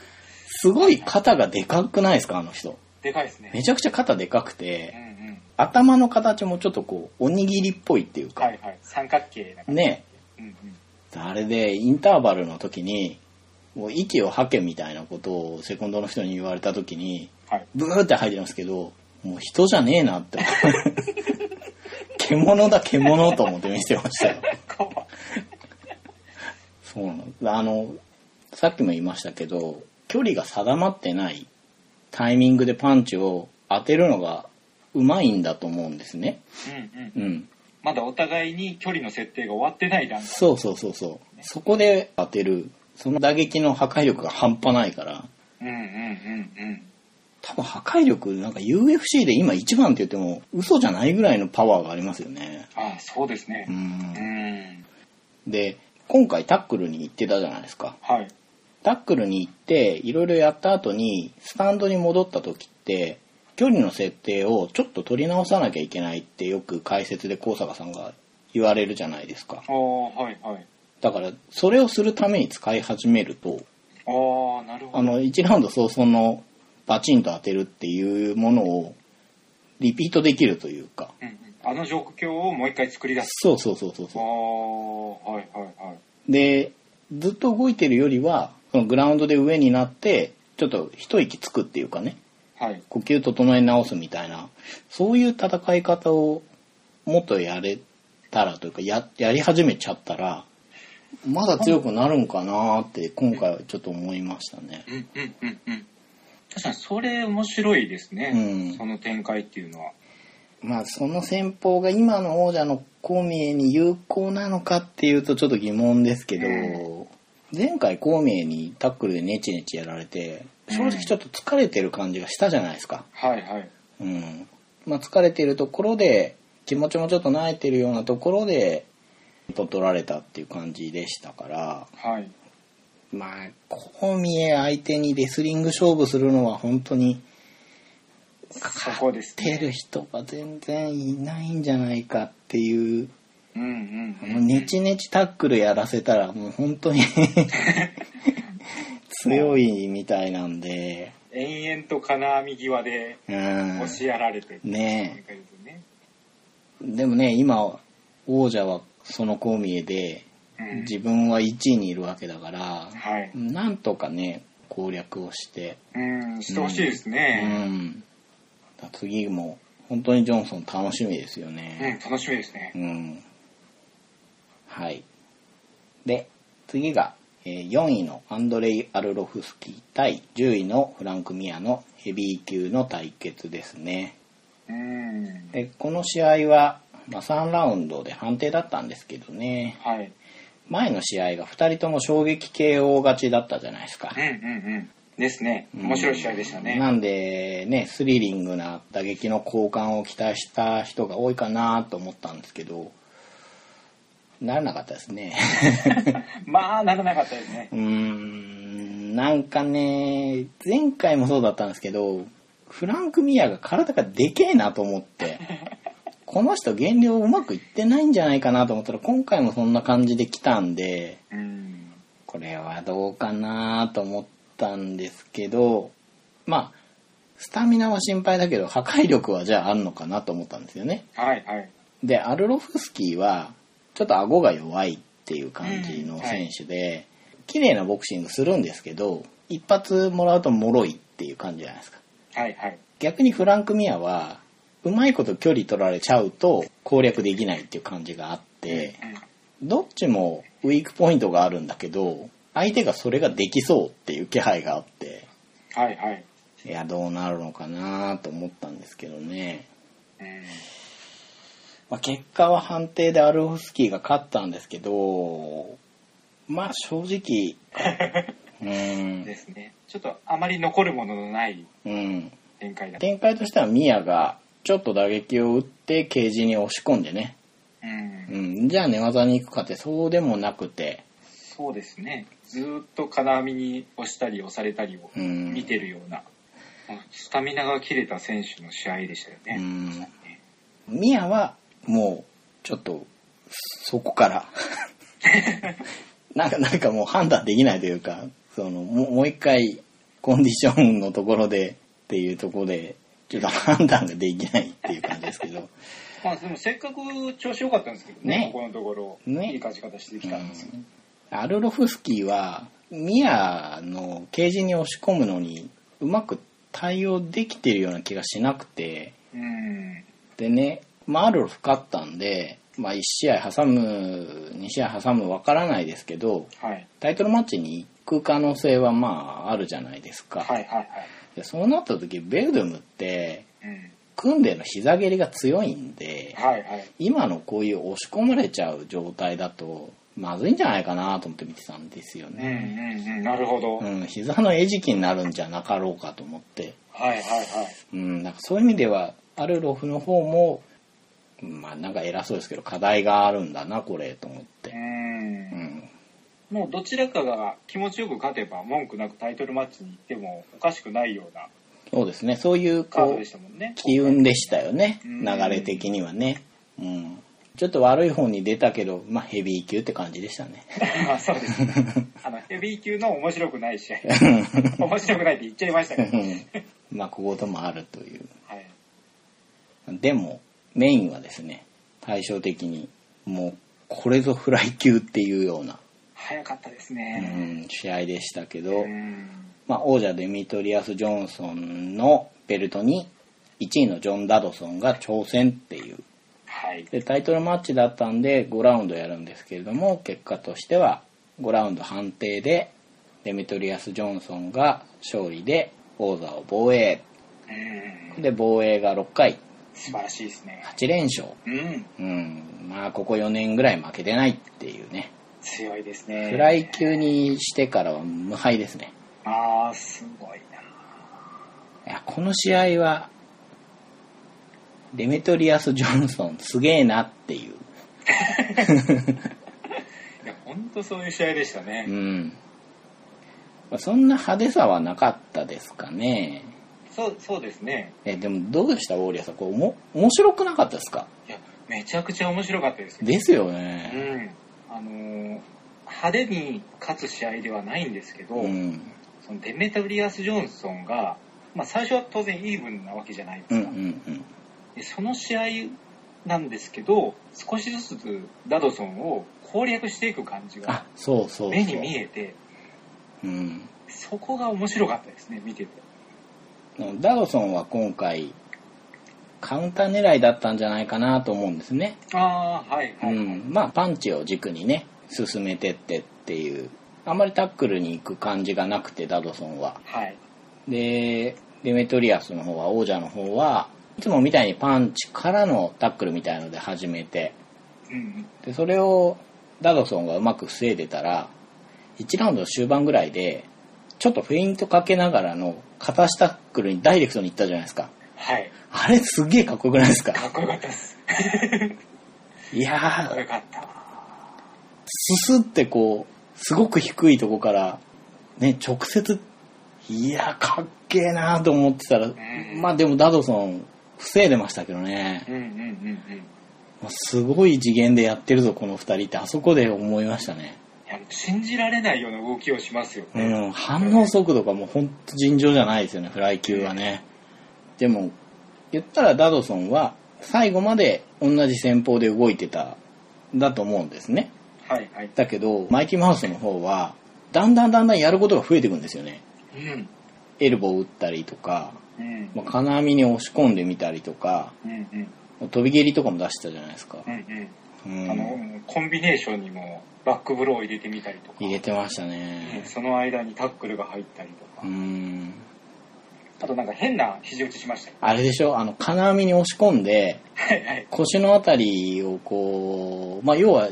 [SPEAKER 1] すごい肩がでかくないですかあの人
[SPEAKER 2] でかいっすね。
[SPEAKER 1] めちゃくちゃ肩でかく
[SPEAKER 2] うん
[SPEAKER 1] て
[SPEAKER 2] うん。
[SPEAKER 1] 頭の形もちょっとこうおにぎりっぽいっていうか、
[SPEAKER 2] はいはい。三角形だから。
[SPEAKER 1] ね
[SPEAKER 2] うんうん。
[SPEAKER 1] あれでインターバルの時にもう息を吐けみたいなことをセコンドの人に言われた時に
[SPEAKER 2] はい。
[SPEAKER 1] ブーって吐いてますけどもう人じゃねえなって思う獣だ獣と思って見てましたよ
[SPEAKER 2] 怖い。
[SPEAKER 1] そうなんあのさっきも言いましたけど距離が定まってないタイミングでパンチを当てるのがうまいんだと思うんですね。
[SPEAKER 2] うんう
[SPEAKER 1] う
[SPEAKER 2] ん。
[SPEAKER 1] ん、
[SPEAKER 2] まだお互いに距離の設定が終わってない段階。
[SPEAKER 1] そうそうそうそうそこで当てるその打撃の破壊力が半端ないから
[SPEAKER 2] うんうんうんうん。
[SPEAKER 1] 多分破壊力なんか UFC で今一番って言っても嘘じゃないぐらいのパワーがありますよね。
[SPEAKER 2] ああ、そうです
[SPEAKER 1] う
[SPEAKER 2] ね。
[SPEAKER 1] ん
[SPEAKER 2] うん。
[SPEAKER 1] で今回タックルに行ってたじゃないですか。
[SPEAKER 2] はい。
[SPEAKER 1] タックルに行っていろいろやった後にスタンドに戻った時って距離の設定をちょっと取り直さなきゃいけないってよく解説で高坂さんが言われるじゃないですか
[SPEAKER 2] ああ、はいはい。
[SPEAKER 1] だからそれをするために使い始めると
[SPEAKER 2] ああ、なるほ
[SPEAKER 1] あ
[SPEAKER 2] ど。
[SPEAKER 1] の1ラウンド早々のバチンと当てるっていうものをリピートできるというか
[SPEAKER 2] うんうんあの状況をもう一回作り出す。
[SPEAKER 1] そうそうそうそう
[SPEAKER 2] あ
[SPEAKER 1] そ
[SPEAKER 2] あ、
[SPEAKER 1] う
[SPEAKER 2] はいはいはい。
[SPEAKER 1] でずっと動いてるよりはそのグラウンドで上になってちょっと一息つくっていうかね
[SPEAKER 2] はい。
[SPEAKER 1] 呼吸整え直すみたいなそういう戦い方をもっとやれたらというかややり始めちゃったらまだ強くなるんかなって今回はちょっと思いましたね。
[SPEAKER 2] うんうんうんうん。確かにそれ面白いですね。
[SPEAKER 1] うん
[SPEAKER 2] その展開っていうのは。
[SPEAKER 1] まあその戦法が今の王者の孔明に有効なのかっていうとちょっと疑問ですけど、
[SPEAKER 2] う
[SPEAKER 1] 前回孔明にタックルでネチネチやられて正直ちょっと疲れてる感じがしたじゃないですか。
[SPEAKER 2] はいはい。
[SPEAKER 1] うんまあ、疲れてるところで気持ちもちょっと慣れてるようなところで一歩取られたっていう感じでしたから
[SPEAKER 2] はい。
[SPEAKER 1] まあこう見え相手にレスリング勝負するのは本当に
[SPEAKER 2] そこです
[SPEAKER 1] 出
[SPEAKER 2] ね。
[SPEAKER 1] る人が全然いないんじゃないかっていう
[SPEAKER 2] うんう
[SPEAKER 1] あ
[SPEAKER 2] んう
[SPEAKER 1] の
[SPEAKER 2] ん。
[SPEAKER 1] ネチネチタックルやらせたらもう本 当に強いみたいなんで
[SPEAKER 2] 延々と金網際で
[SPEAKER 1] うん
[SPEAKER 2] 押しやられてっていう
[SPEAKER 1] ねえ
[SPEAKER 2] 展開ですよね。
[SPEAKER 1] でもね今王者はそのこう見えで
[SPEAKER 2] うん
[SPEAKER 1] 自分は1位にいるわけだから、
[SPEAKER 2] はい。
[SPEAKER 1] なんとかね攻略をして、
[SPEAKER 2] うん、してほしいです
[SPEAKER 1] う
[SPEAKER 2] ね。
[SPEAKER 1] ん、次も本当にジョンソン楽しみですよ
[SPEAKER 2] うん、
[SPEAKER 1] ね、
[SPEAKER 2] 楽しみですね
[SPEAKER 1] う。んはいで次がえー4位のアンドレイ・アルロフスキー対10位のフランク・ミアのヘビー級の対決ですね
[SPEAKER 2] うん。
[SPEAKER 1] でこの試合は、まあ、3ラウンドで判定だったんですけどね
[SPEAKER 2] はい。
[SPEAKER 1] 前の試合が2人とも衝撃 KO 勝ちだったじゃないですか
[SPEAKER 2] うんうんうん。ですね。面白い試合でしたね。
[SPEAKER 1] なんでねスリリングな打撃の交換を期待した人が多いかなと思ったんですけどならなかったですね
[SPEAKER 2] まあ、ならなかったですね
[SPEAKER 1] う。ーんなんかね前回もそうだったんですけどフランク・ミアが体がでけえなと思ってこの人減量うまくいってないんじゃないかなと思ったら今回もそんな感じで来たんで
[SPEAKER 2] うん
[SPEAKER 1] これはどうかなと思ったんですけどまあスタミナは心配だけど破壊力はじゃああんのかなと思ったんですよね。
[SPEAKER 2] はいはい。
[SPEAKER 1] でアルロフスキーはちょっと顎が弱いっていう感じの選手で、綺麗なボクシングするんですけど一発もらうと脆いっていう感じじゃないですか
[SPEAKER 2] はいはい。
[SPEAKER 1] 逆にフランク・ミアはうまいこと距離取られちゃうと攻略できないっていう感じがあってどっちもウィークポイントがあるんだけど相手がそれができそうっていう気配があって
[SPEAKER 2] うん、はいはい。
[SPEAKER 1] いやどうなるのかなと思ったんですけどね
[SPEAKER 2] うん
[SPEAKER 1] まあ、結果は判定でアルホフスキーが勝ったんですけどまあ正直う
[SPEAKER 2] で
[SPEAKER 1] ん、
[SPEAKER 2] すね。ちょっとあまり残るもののない
[SPEAKER 1] うん、
[SPEAKER 2] 展開だ。
[SPEAKER 1] 展開としてはミヤがちょっと打撃を打ってケージに押し込んでね、
[SPEAKER 2] う。
[SPEAKER 1] うんん、じゃあ寝技に行くかってそうでもなくて、
[SPEAKER 2] そうですね。ずーっと金網に押したり押されたりを
[SPEAKER 1] うん
[SPEAKER 2] 見てるような、スタミナが切れた選手の試合でしたよ
[SPEAKER 1] う
[SPEAKER 2] ね。
[SPEAKER 1] ん、ミヤはもうちょっとそこからなんかなんかもう判断できないというかそのもうもう一回コンディションのところでっていうところでちょっと判断ができないっていう感じですけど、
[SPEAKER 2] まあでもせっかく調子良かったんですけどね、
[SPEAKER 1] ね
[SPEAKER 2] ここのところ、
[SPEAKER 1] ね
[SPEAKER 2] いい勝ち方してきたんですけど。
[SPEAKER 1] アルロフスキーはミヤのケージに押し込むのにうまく対応できてるような気がしなくて
[SPEAKER 2] うん。
[SPEAKER 1] でね、まあ、アルロフ勝ったんで、まあ、1試合挟む2試合挟むわからないですけど
[SPEAKER 2] はい。
[SPEAKER 1] タイトルマッチに行く可能性はまああるじゃないですか、
[SPEAKER 2] はいはいはい。
[SPEAKER 1] でそうなった時ベルドゥムって
[SPEAKER 2] うん。
[SPEAKER 1] 組んでの膝蹴りが強いんで
[SPEAKER 2] はいはい。
[SPEAKER 1] 今のこういう押し込まれちゃう状態だとまずいんじゃないかなと思って見てたんですよ
[SPEAKER 2] うん
[SPEAKER 1] ね、
[SPEAKER 2] うんうん。なるほど。
[SPEAKER 1] う
[SPEAKER 2] はい
[SPEAKER 1] ん、膝の餌食になるんじゃなかろうかと思って、
[SPEAKER 2] はいはい。
[SPEAKER 1] うん、なんかそういう意味ではアルロフの方もまあなんか偉そうですけど課題があるんだなこれと思っ
[SPEAKER 2] う。
[SPEAKER 1] て、うんん、
[SPEAKER 2] もうどちらかが気持ちよく勝てば文句なくタイトルマッチに行ってもおかしくないような
[SPEAKER 1] そうですねそういう
[SPEAKER 2] カード
[SPEAKER 1] こう
[SPEAKER 2] でしたもんね。
[SPEAKER 1] 機運でしたよね
[SPEAKER 2] うん
[SPEAKER 1] 流れ的にはね、うん、ちょっと悪い方に出たけど、まあ、ヘビー級って感じでしたね
[SPEAKER 2] まあそうです、ね。あの、ヘビー級の面白くない試合。面白くないって言っちゃいましたけど。
[SPEAKER 1] うんまあここともあるという
[SPEAKER 2] はい。
[SPEAKER 1] でもメインはですね対照的にもうこれぞフライ級っていうような、
[SPEAKER 2] 早かったです
[SPEAKER 1] う
[SPEAKER 2] ね。
[SPEAKER 1] ん、試合でしたけ
[SPEAKER 2] う
[SPEAKER 1] ど、
[SPEAKER 2] ん。
[SPEAKER 1] まあ、王者デミトリアス・ジョンソンのベルトに1位のジョン・ダドソンが挑戦っていう
[SPEAKER 2] はい。
[SPEAKER 1] でタイトルマッチだったんで5ラウンドやるんですけれども結果としては5ラウンド判定でデミトリアス・ジョンソンが勝利で王座を防衛
[SPEAKER 2] うん。
[SPEAKER 1] で防衛が6回
[SPEAKER 2] 素晴らしいですね。
[SPEAKER 1] 8連勝
[SPEAKER 2] うん。
[SPEAKER 1] うんまあここ4年ぐらい負けてないっていうね
[SPEAKER 2] 強いですね。
[SPEAKER 1] フライ級にしてからは無敗ですね
[SPEAKER 2] ああ、すごいな。
[SPEAKER 1] いやこの試合はデメトリアス・ジョンソンすげえなっていう
[SPEAKER 2] いや、本当そういう試合でしたね。
[SPEAKER 1] うんまあそんな派手さはなかったですかね
[SPEAKER 2] そう、そうですね。
[SPEAKER 1] えでもどうでしたウォーリアーさんこうおも面白くなかったですか
[SPEAKER 2] いや、めちゃくちゃ面白かったですよ。
[SPEAKER 1] ですよ
[SPEAKER 2] う
[SPEAKER 1] ね
[SPEAKER 2] ん。あのー派手に勝つ試合ではないんですけど、
[SPEAKER 1] うん
[SPEAKER 2] そのデメタブリアス・ジョンソンが、まあ、最初は当然イーブンなわけじゃないで
[SPEAKER 1] うんうん
[SPEAKER 2] すか、
[SPEAKER 1] うん
[SPEAKER 2] でその試合なんですけど少しずつダドソンを攻略していく感じ
[SPEAKER 1] あ
[SPEAKER 2] が
[SPEAKER 1] そうそうそう
[SPEAKER 2] 目に見えて
[SPEAKER 1] うん
[SPEAKER 2] そこが面白かったですね見てて
[SPEAKER 1] ダドソンは今回カウンター狙いだったんじゃないかなと思うんですね、
[SPEAKER 2] ああはいはい、
[SPEAKER 1] うん、まあパンチを軸にね進めてってっていうあんまりタックルに行く感じがなくてダドソンは
[SPEAKER 2] はい
[SPEAKER 1] でデメトリアスの方は王者の方はいつもみたいにパンチからのタックルみたいので始めて
[SPEAKER 2] うん
[SPEAKER 1] でそれをダドソンがうまく防いでたら1ラウンドの終盤ぐらいでちょっとフェイントかけながらの片足タックルにダイレクトに行ったじゃないですか
[SPEAKER 2] はい
[SPEAKER 1] あれすげえかっこよくないですか
[SPEAKER 2] かっこよかっ たです
[SPEAKER 1] いや
[SPEAKER 2] かっこ
[SPEAKER 1] ー
[SPEAKER 2] よかった
[SPEAKER 1] すすってこうすごく低いとこからね直接いやーかっけえなーと思ってたら
[SPEAKER 2] ん
[SPEAKER 1] まあでもダドソン防いでましたけどね
[SPEAKER 2] うんうんうんうん
[SPEAKER 1] まあすごい次元でやってるぞこの2人ってあそこで思いましたね
[SPEAKER 2] いや信じられないような動きをしますよ
[SPEAKER 1] う
[SPEAKER 2] ね。
[SPEAKER 1] ん、反応速度がもうほんと尋常じゃないですよね、フライ級はね。でも、言ったらダドソンは最後まで同じ戦法で動いてた、だと思うんですね。
[SPEAKER 2] はいはい。
[SPEAKER 1] だけど、マイティマウスの方は、だんだんだんだんやることが増えていくんですよね。
[SPEAKER 2] うん。
[SPEAKER 1] エルボー打ったりとか、
[SPEAKER 2] うん。
[SPEAKER 1] まあ、金網に押し込んでみたりとか、
[SPEAKER 2] うんうん。
[SPEAKER 1] 飛び蹴りとかも出してたじゃないですか。
[SPEAKER 2] うんうん。
[SPEAKER 1] うん
[SPEAKER 2] あの、コンビネーションにもバックブローを入れてみたりとか、
[SPEAKER 1] 入れてました
[SPEAKER 2] ね
[SPEAKER 1] ね。
[SPEAKER 2] その間にタックルが入ったりと
[SPEAKER 1] う
[SPEAKER 2] か、
[SPEAKER 1] ん。
[SPEAKER 2] あとなんか変な肘打ちし ましたよ。
[SPEAKER 1] あれでしょあの、金網に押し込んで、
[SPEAKER 2] はいはい。
[SPEAKER 1] 腰のあたりをこう、まあ、要は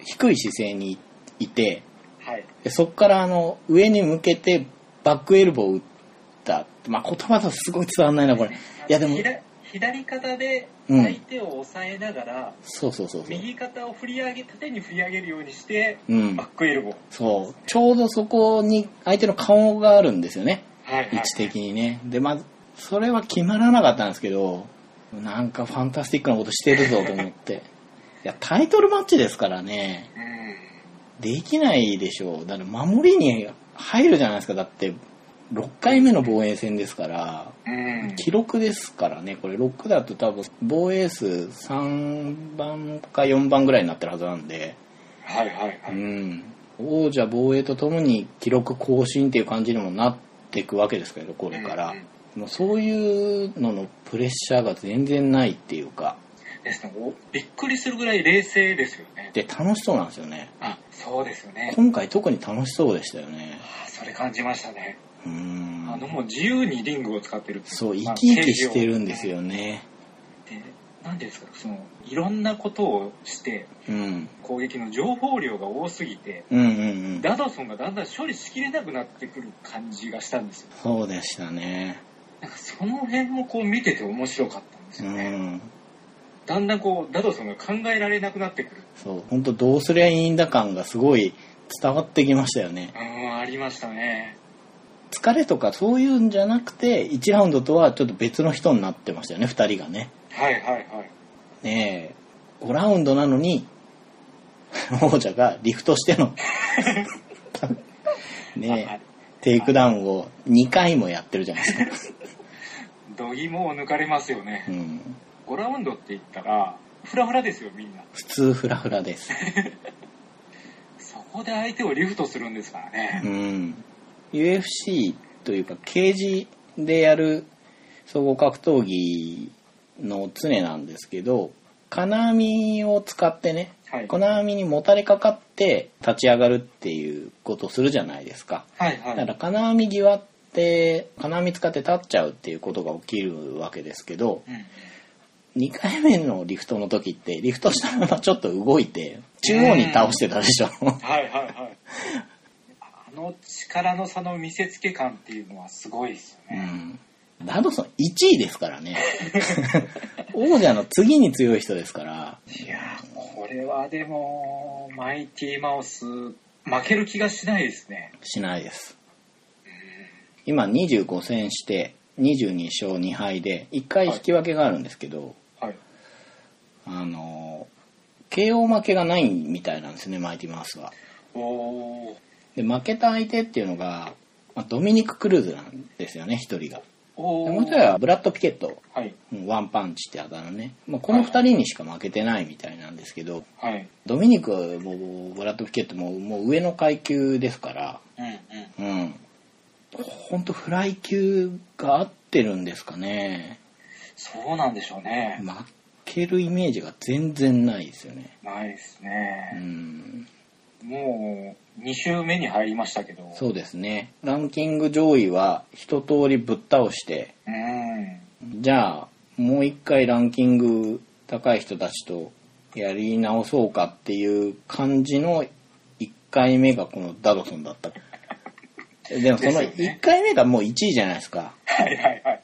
[SPEAKER 1] 低い姿勢にいて
[SPEAKER 2] はい。
[SPEAKER 1] でそこからあの上に向けてバックエルボーを打った、まあ、言葉だとすごい伝わんないなこれいやでも
[SPEAKER 2] 左左肩で
[SPEAKER 1] うん
[SPEAKER 2] 相手を抑えながら、
[SPEAKER 1] そうそうそうそう
[SPEAKER 2] 右肩を振り上げ、縦に振り上げるようにして、
[SPEAKER 1] うん
[SPEAKER 2] バックエルボー。
[SPEAKER 1] そうちょうどそこに相手の顔があるんですよね
[SPEAKER 2] はいはい。
[SPEAKER 1] 位置的にねでまあそれは決まらなかったんですけどなんかファンタスティックなことしてるぞと思っていやタイトルマッチですからね
[SPEAKER 2] うん。
[SPEAKER 1] できないでしょう。だって守りに入るじゃないですか。だって、6回目の防衛戦ですから、
[SPEAKER 2] うん。
[SPEAKER 1] 記録ですからね、これ6だと多分、防衛数3番か4番ぐらいになってるはずなんで、
[SPEAKER 2] はいはいは
[SPEAKER 1] う
[SPEAKER 2] い。
[SPEAKER 1] ん。王者防衛とともに記録更新っていう感じにもなっていくわけですけど、これから
[SPEAKER 2] うん。
[SPEAKER 1] もうそういうののプレッシャーが全然ないっていうか、
[SPEAKER 2] ですね。おびっくりするぐらい冷静ですよね。
[SPEAKER 1] で、楽しそうなんですよね。
[SPEAKER 2] あ、そうですよね。
[SPEAKER 1] 今回特に楽しそうでしたよね。
[SPEAKER 2] あそれ感じましたね。
[SPEAKER 1] うん。
[SPEAKER 2] あの、もう自由にリングを使ってるってい
[SPEAKER 1] そう、
[SPEAKER 2] ま
[SPEAKER 1] 生
[SPEAKER 2] あ
[SPEAKER 1] き生きしてるんですよね。
[SPEAKER 2] でなんていうんですかそのいろんなことをして
[SPEAKER 1] うん。
[SPEAKER 2] 攻撃の情報量が多すぎて
[SPEAKER 1] うんうんうん。
[SPEAKER 2] ダドソンがだんだん処理しきれなくなってくる感じがしたんですよ
[SPEAKER 1] そうでしたね。
[SPEAKER 2] なんかその辺もこう見てて面白かったんです
[SPEAKER 1] う
[SPEAKER 2] よね、
[SPEAKER 1] ん。
[SPEAKER 2] だんだんこうダドソンが考えられなくなってくる
[SPEAKER 1] そう、本当どうすりゃいいんだ感がすごい伝わってきましたよね
[SPEAKER 2] う。んありましたね
[SPEAKER 1] 疲れとかそういうんじゃなくて、1ラウンドとはちょっと別の人になってましたよね、2人がね。
[SPEAKER 2] はいはいはい
[SPEAKER 1] ねえ、5ラウンドなのに、 王者がリフトしての、
[SPEAKER 2] ああ
[SPEAKER 1] ね
[SPEAKER 2] れ
[SPEAKER 1] え、テイクダウンを2回もやってるじゃないですか。
[SPEAKER 2] 度肝を抜かれますよね
[SPEAKER 1] うん。
[SPEAKER 2] 5ラウンドって言ったらフラフラですよみんな
[SPEAKER 1] 普通フラフラです。
[SPEAKER 2] そこで相手をリフトするんですからね、
[SPEAKER 1] うん、UFC というかケージでやる総合格闘技の常なんですけど金網を使ってね
[SPEAKER 2] はいはい
[SPEAKER 1] 金網にもたれかかって立ち上がるっていうことをするじゃないですかだ
[SPEAKER 2] は
[SPEAKER 1] か
[SPEAKER 2] い
[SPEAKER 1] ら金網際って金網使って立っちゃうっていうことが起きるわけですけど
[SPEAKER 2] うん
[SPEAKER 1] 2回目のリフトの時ってリフトしたままちょっと動いて中央に倒してたでしょ
[SPEAKER 2] はいはいはい。あの力の差の見せつけ感っていうのはすごいですよね。
[SPEAKER 1] ダドソン1位ですからね。王者の次に強い人ですから。
[SPEAKER 2] いやー、これはでも、マイティマウス、負ける気がしないですね。
[SPEAKER 1] しないです。今25戦して、22勝2敗で、1回引き分けがあるんですけど、
[SPEAKER 2] はい。
[SPEAKER 1] あのー、KO 負けがないみたいなんですね、マイティマウスは。
[SPEAKER 2] おー、
[SPEAKER 1] で、負けた相手っていうのが、まあドミニク・クルーズなんですよね、1人が。
[SPEAKER 2] お
[SPEAKER 1] で
[SPEAKER 2] ー。
[SPEAKER 1] もう一人はブラッド・ピケット。
[SPEAKER 2] はい。
[SPEAKER 1] うんワンパンチってあだ名ね。まあ、この2人にしか負けてないみたいなんですけど、
[SPEAKER 2] はい。
[SPEAKER 1] ドミニクもブラッド・ピケットももう上の階級ですから、
[SPEAKER 2] うんうん。
[SPEAKER 1] うん、本当フライ級が合ってるんですかね
[SPEAKER 2] そうなんでしょうね。
[SPEAKER 1] 負けるイメージが全然ないですよね、
[SPEAKER 2] ないです
[SPEAKER 1] う
[SPEAKER 2] ね。
[SPEAKER 1] ん、
[SPEAKER 2] もう、2周目に入りましたけど。
[SPEAKER 1] そうですねランキング上位は一通りぶっ倒して
[SPEAKER 2] うん。
[SPEAKER 1] じゃあもう一回ランキング高い人たちとやり直そうかっていう感じの1回目がこのダドソンだ った。でもその
[SPEAKER 2] ですよね
[SPEAKER 1] 1回目がもう1位じゃないですか。
[SPEAKER 2] はいはいはい。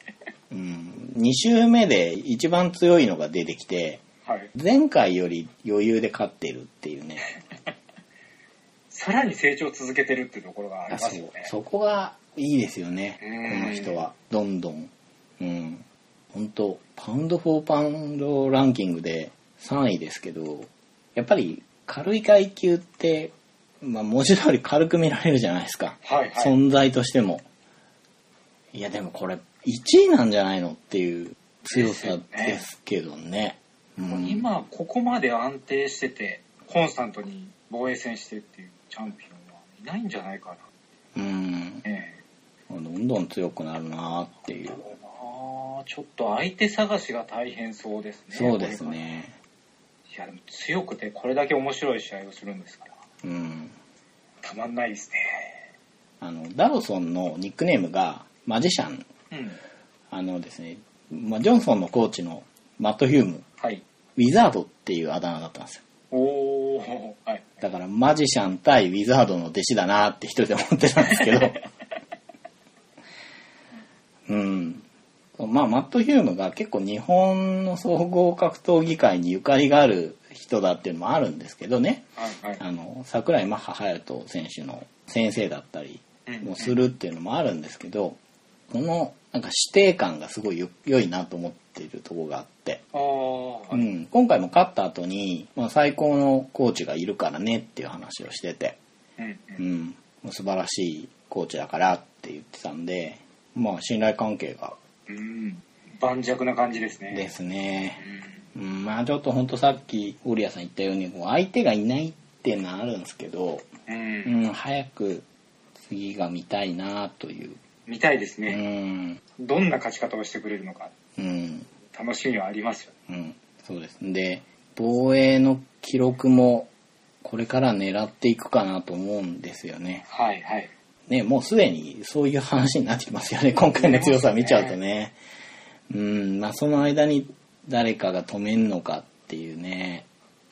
[SPEAKER 1] うん、2周目で一番強いのが出てきて、
[SPEAKER 2] はい。
[SPEAKER 1] 前回より余裕で勝ってるっていうね。
[SPEAKER 2] さらに成長続けてるっていうところがありますよ
[SPEAKER 1] そう
[SPEAKER 2] ね。
[SPEAKER 1] そこがいいですよね、
[SPEAKER 2] うん
[SPEAKER 1] この人は。どんどん。うん。本当パウンド・フォー・パウンドランキングで3位ですけど、やっぱり軽い階級ってまあ、文字通り軽く見られるじゃないですか、
[SPEAKER 2] はいはい。
[SPEAKER 1] 存在としてもいやでもこれ1位なんじゃないのっていう強さですけどねうん
[SPEAKER 2] 今、ここまで安定してて、コンスタントに防衛戦してっていうチャンピオンはいないんじゃないかな。
[SPEAKER 1] うん
[SPEAKER 2] ええ
[SPEAKER 1] どんどん強くなるなっていう
[SPEAKER 2] ああ、ちょっと相手探しが大変そうですね。
[SPEAKER 1] そうですね
[SPEAKER 2] いや、でも強くてこれだけ面白い試合をするんですから、
[SPEAKER 1] うん
[SPEAKER 2] たまんないですね。
[SPEAKER 1] あのダロソンのニックネームがマジシャン
[SPEAKER 2] うん。
[SPEAKER 1] あのですね、まあ、ジョンソンのコーチのマット・ヒューム
[SPEAKER 2] はい。
[SPEAKER 1] ウィザードっていうあだ名だったんですよ
[SPEAKER 2] おー、はい。
[SPEAKER 1] だからマジシャン対ウィザードの弟子だなって一人で思ってたんですけど うんまあマット・ヒュームが結構日本の総合格闘技界にゆかりがある人だっていうのもあるんですけどね
[SPEAKER 2] はい、はい。
[SPEAKER 1] あの桜井マッハ隼人選手の先生だったり
[SPEAKER 2] うん
[SPEAKER 1] もするっていうのもあるんですけどこのなんか師弟感がすごいよ良いなと思っているところがあって
[SPEAKER 2] あー、は
[SPEAKER 1] う
[SPEAKER 2] い。
[SPEAKER 1] ん、今回も勝った後に、まあ、最高のコーチがいるからねっていう話をしてて、
[SPEAKER 2] うん、うん。
[SPEAKER 1] うん、もう素晴らしいコーチだからって言ってたんで、まあ、信頼関係が
[SPEAKER 2] うん盤石な感じですね。
[SPEAKER 1] です
[SPEAKER 2] う
[SPEAKER 1] ね、
[SPEAKER 2] ん
[SPEAKER 1] うんまあ、ちょっと本当さっきオリアさん言ったようにこう相手がいないっていうのはあるんですけど、
[SPEAKER 2] う。
[SPEAKER 1] うんん、早く次が見たいなという、
[SPEAKER 2] 見たいです
[SPEAKER 1] う
[SPEAKER 2] ね。
[SPEAKER 1] ん
[SPEAKER 2] どんな勝ち方をしてくれるのか、
[SPEAKER 1] うん
[SPEAKER 2] 楽しみはありますよね。
[SPEAKER 1] うん、そうですで防衛の記録もこれから狙っていくかなと思うんですよね。
[SPEAKER 2] はい、はい。
[SPEAKER 1] ね、もうすでにそういう話になってきますよ ね。今回の強さ見ちゃうとね。うん、まあその間に誰かが止めんのかっていうね。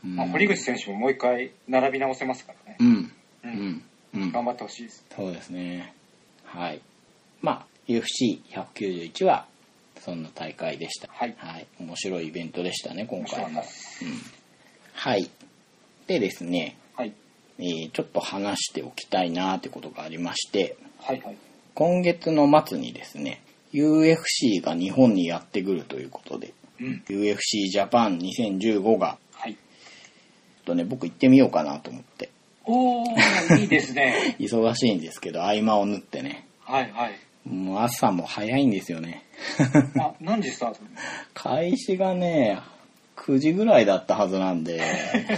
[SPEAKER 1] うん
[SPEAKER 2] まあ、堀口選手ももう一回並び直せますからね
[SPEAKER 1] う。ん、う
[SPEAKER 2] う。
[SPEAKER 1] んん、うん。
[SPEAKER 2] 頑張ってほしいです。
[SPEAKER 1] そうですね。はい。まあ UFC191 はそんな大会でした。
[SPEAKER 2] はい
[SPEAKER 1] はい。面白いイベントでしたね、今
[SPEAKER 2] 面白か
[SPEAKER 1] 回
[SPEAKER 2] った
[SPEAKER 1] も
[SPEAKER 2] で。す。
[SPEAKER 1] はい。でですね、
[SPEAKER 2] はい。
[SPEAKER 1] えーちょっと話しておきたいなってことがありまして、
[SPEAKER 2] はい、はい。
[SPEAKER 1] 今月の末にですね UFC が日本にやってくるということで
[SPEAKER 2] うん。
[SPEAKER 1] UFC ジャパン2015が
[SPEAKER 2] はい。
[SPEAKER 1] ちょっとね僕行ってみようかなと思って
[SPEAKER 2] おー、いいですね。
[SPEAKER 1] 忙しいんですけど合間を縫ってね
[SPEAKER 2] はい、はい。
[SPEAKER 1] もう朝も早いんですよね
[SPEAKER 2] あ、何時スタート
[SPEAKER 1] 開始がね9時ぐらいだったはずなんで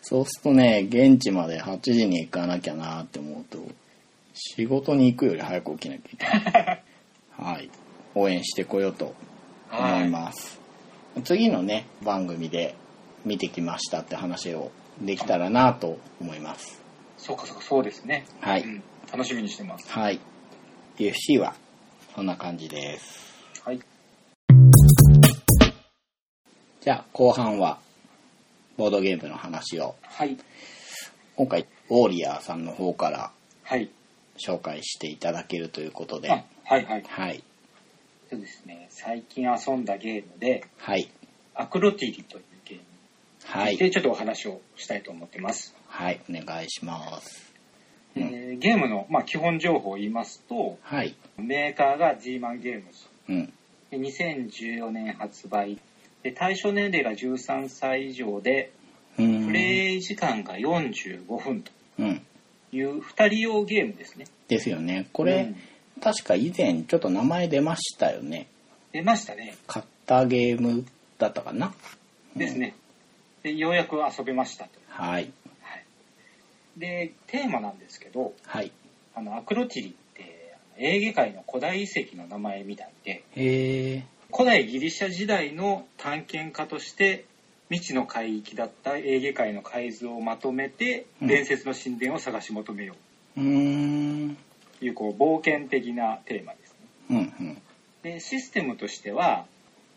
[SPEAKER 1] そうするとね現地まで8時に行かなきゃなって思うと仕事に行くより早く起きなきゃいけないはい応援してこようと思います、次のね番組で見てきましたって話をできたらなと思います
[SPEAKER 2] そうか、そうか、そうですね。
[SPEAKER 1] はい、
[SPEAKER 2] うん。楽しみにしてます。
[SPEAKER 1] はい UFC はそんな感じです
[SPEAKER 2] はい。
[SPEAKER 1] じゃあ後半はボードゲームの話を
[SPEAKER 2] はい。
[SPEAKER 1] 今回ウォーリアーさんの方から
[SPEAKER 2] はい。
[SPEAKER 1] 紹介していただけるということで
[SPEAKER 2] あ、はい、はい。
[SPEAKER 1] はい
[SPEAKER 2] そうですね。最近遊んだゲームで、
[SPEAKER 1] はい
[SPEAKER 2] アクロティリというゲーム
[SPEAKER 1] は
[SPEAKER 2] で
[SPEAKER 1] い
[SPEAKER 2] ちょっとお話をしたいと思ってます。
[SPEAKER 1] はいお願いしますうん
[SPEAKER 2] えーゲームの、まあ、基本情報を言いますと、
[SPEAKER 1] はい
[SPEAKER 2] メーカーが G マンゲームズ。
[SPEAKER 1] うん
[SPEAKER 2] で2014年発売。で対象年齢が13歳以上で、
[SPEAKER 1] う
[SPEAKER 2] プ
[SPEAKER 1] ん
[SPEAKER 2] レイ時間が45分と
[SPEAKER 1] うん
[SPEAKER 2] いう2人用ゲームですね。
[SPEAKER 1] ですよねこ
[SPEAKER 2] う
[SPEAKER 1] れ
[SPEAKER 2] ん、
[SPEAKER 1] 確か以前ちょっと名前出ましたよね
[SPEAKER 2] 出ましたね。
[SPEAKER 1] 買ったゲームだったかな
[SPEAKER 2] ですね。でようやく遊べましたと。
[SPEAKER 1] はい
[SPEAKER 2] はい、で、テーマなんですけど、
[SPEAKER 1] はい
[SPEAKER 2] あのアクロティリってあのエーゲ海の古代遺跡の名前みたいで
[SPEAKER 1] へえ
[SPEAKER 2] 古代ギリシャ時代の探検家として未知の海域だったエーゲ海の海図をまとめて
[SPEAKER 1] うん
[SPEAKER 2] 伝説の神殿を探し求めよ
[SPEAKER 1] うーん
[SPEAKER 2] うというこう冒険的なテーマです
[SPEAKER 1] うんうん
[SPEAKER 2] ねでシステムとしては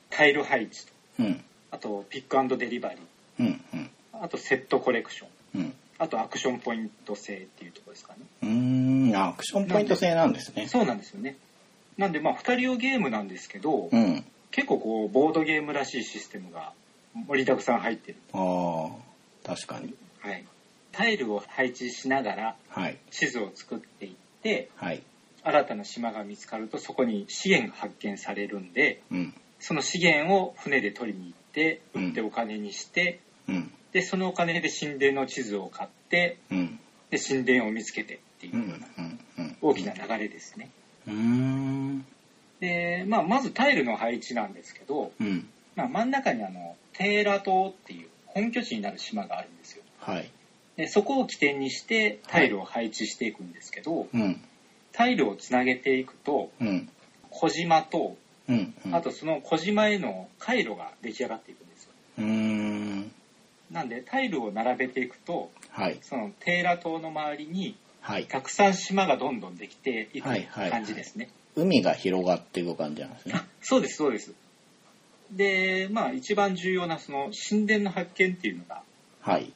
[SPEAKER 2] タイル配置と
[SPEAKER 1] うん
[SPEAKER 2] あとピックデリバリー
[SPEAKER 1] うんうん
[SPEAKER 2] あとセットコレクション
[SPEAKER 1] うん
[SPEAKER 2] あとアクションポイント制っていうところですかね
[SPEAKER 1] うーんあアクションポイント制なんですね
[SPEAKER 2] そうなんですよねなんでまあ2人用ゲームなんですけど、
[SPEAKER 1] うん
[SPEAKER 2] 結構こうボードゲームらしいシステムが盛りだくさん入ってる、
[SPEAKER 1] あー確かに
[SPEAKER 2] はい、タイルを配置しながら
[SPEAKER 1] はい
[SPEAKER 2] 地図を作っていって
[SPEAKER 1] はい
[SPEAKER 2] 新たな島が見つかるとそこに資源が発見されるんで
[SPEAKER 1] うん
[SPEAKER 2] その資源を船で取りに行って
[SPEAKER 1] うん
[SPEAKER 2] 売ってお金にして、
[SPEAKER 1] うん
[SPEAKER 2] でそのお金で神殿の地図を買って
[SPEAKER 1] うん
[SPEAKER 2] で神殿を見つけてっていううんような
[SPEAKER 1] うん
[SPEAKER 2] 大きな流れですね。
[SPEAKER 1] うんうん
[SPEAKER 2] で、まあ、まずタイルの配置なんですけど、
[SPEAKER 1] うん
[SPEAKER 2] まあ、真ん中にあのテーラ島っていう本拠地になる島があるんですよ。
[SPEAKER 1] はい
[SPEAKER 2] でそこを起点にしてタイルを配置していくんですけど、
[SPEAKER 1] うん
[SPEAKER 2] タイルをつなげていくと
[SPEAKER 1] うん
[SPEAKER 2] 小島と
[SPEAKER 1] うんうん
[SPEAKER 2] あとその小島への回路が出来上がっていくんですよ。
[SPEAKER 1] うーん
[SPEAKER 2] なんでタイルを並べていくと
[SPEAKER 1] はい
[SPEAKER 2] そのテーラ島の周りに
[SPEAKER 1] はい
[SPEAKER 2] たくさん島がどんどんできていく
[SPEAKER 1] はいはい
[SPEAKER 2] 感じですね。
[SPEAKER 1] 海が広がっていく感じなんですね
[SPEAKER 2] あそうですそうです。でまあ一番重要なその神殿の発見っていうのが
[SPEAKER 1] はい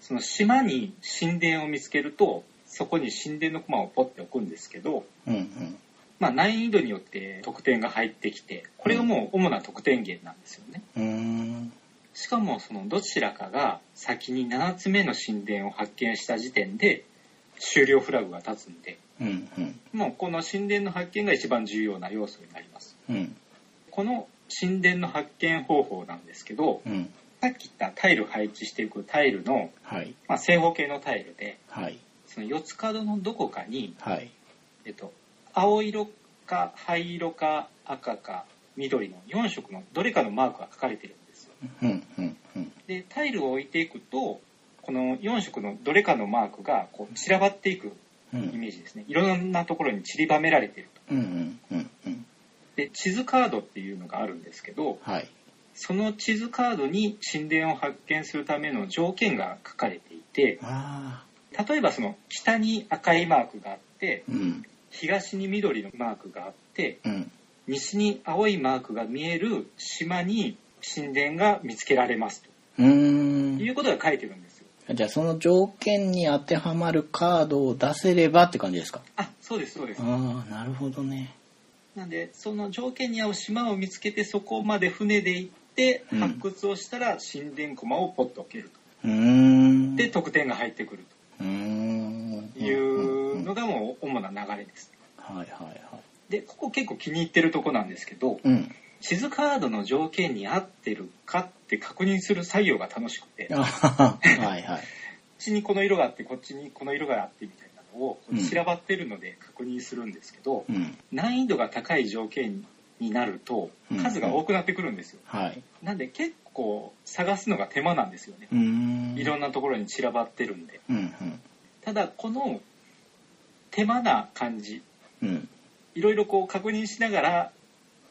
[SPEAKER 2] その島に神殿を見つけるとそこに神殿の駒をポッて置くんですけど、
[SPEAKER 1] うんうん
[SPEAKER 2] まあ、難易度によって得点が入ってきてこれがもう主な得点源なんですよね。
[SPEAKER 1] うーん
[SPEAKER 2] しかもそのどちらかが先に7つ目の神殿を発見した時点で終了フラグが立つんで
[SPEAKER 1] うんうん
[SPEAKER 2] もうこの神殿の発見が一番重要な要素になります
[SPEAKER 1] うん
[SPEAKER 2] この神殿の発見方法なんですけど
[SPEAKER 1] うん
[SPEAKER 2] さっき言ったタイル配置していくタイルの、
[SPEAKER 1] はい
[SPEAKER 2] まあ、正方形のタイルで
[SPEAKER 1] はい
[SPEAKER 2] その四つ角のどこかに、
[SPEAKER 1] はい
[SPEAKER 2] えっと、青色か灰色か赤か緑の4色のどれかのマークが書かれてるんですよ
[SPEAKER 1] うんうんうん
[SPEAKER 2] でタイルを置いていくとこの4色のどれかのマークがこう散らばっていく
[SPEAKER 1] うん
[SPEAKER 2] イメージですねいろんなところに散りばめられてると
[SPEAKER 1] うんうんうんうん
[SPEAKER 2] で地図カードっていうのがあるんですけど
[SPEAKER 1] はい
[SPEAKER 2] その地図カードに神殿を発見するための条件が書かれていて
[SPEAKER 1] あ
[SPEAKER 2] 例えばその北に赤いマークがあって
[SPEAKER 1] あうん
[SPEAKER 2] 東に緑のマークがあって
[SPEAKER 1] うん
[SPEAKER 2] 西に青いマークが見える島に神殿が見つけられます
[SPEAKER 1] う
[SPEAKER 2] と
[SPEAKER 1] ー
[SPEAKER 2] い
[SPEAKER 1] ん
[SPEAKER 2] うことが書いてるんですよ
[SPEAKER 1] じゃあその条件に当てはまるカードを出せればって感じですか
[SPEAKER 2] あそうですそうです
[SPEAKER 1] ああなるほどね
[SPEAKER 2] なんでその条件に合う島を見つけてそこまで船で行って
[SPEAKER 1] うん
[SPEAKER 2] 発掘をしたら神殿駒をポッと置ける
[SPEAKER 1] う
[SPEAKER 2] と、
[SPEAKER 1] ーん
[SPEAKER 2] で得点が入ってくる
[SPEAKER 1] うーん
[SPEAKER 2] とい
[SPEAKER 1] ん
[SPEAKER 2] うんのがもう主な流れです
[SPEAKER 1] はいはいはい
[SPEAKER 2] でここ結構気に入ってるとこなんですけど
[SPEAKER 1] うん
[SPEAKER 2] 地図カードの条件に合ってるかって確認する作業が楽しくてこ
[SPEAKER 1] あはははいはい
[SPEAKER 2] っちにこの色があってこっちにこの色があってみたいなのを
[SPEAKER 1] うん
[SPEAKER 2] 散らばってるので確認するんですけど
[SPEAKER 1] うん
[SPEAKER 2] 難易度が高い条件になると数が多くなってくるんですよ
[SPEAKER 1] はい
[SPEAKER 2] なんで結構探すのが手間なんですよね
[SPEAKER 1] うーん
[SPEAKER 2] いろんなところに散らばってるんで
[SPEAKER 1] うん
[SPEAKER 2] ただこの手間な感じ
[SPEAKER 1] うんうん
[SPEAKER 2] いろいろこう確認しながら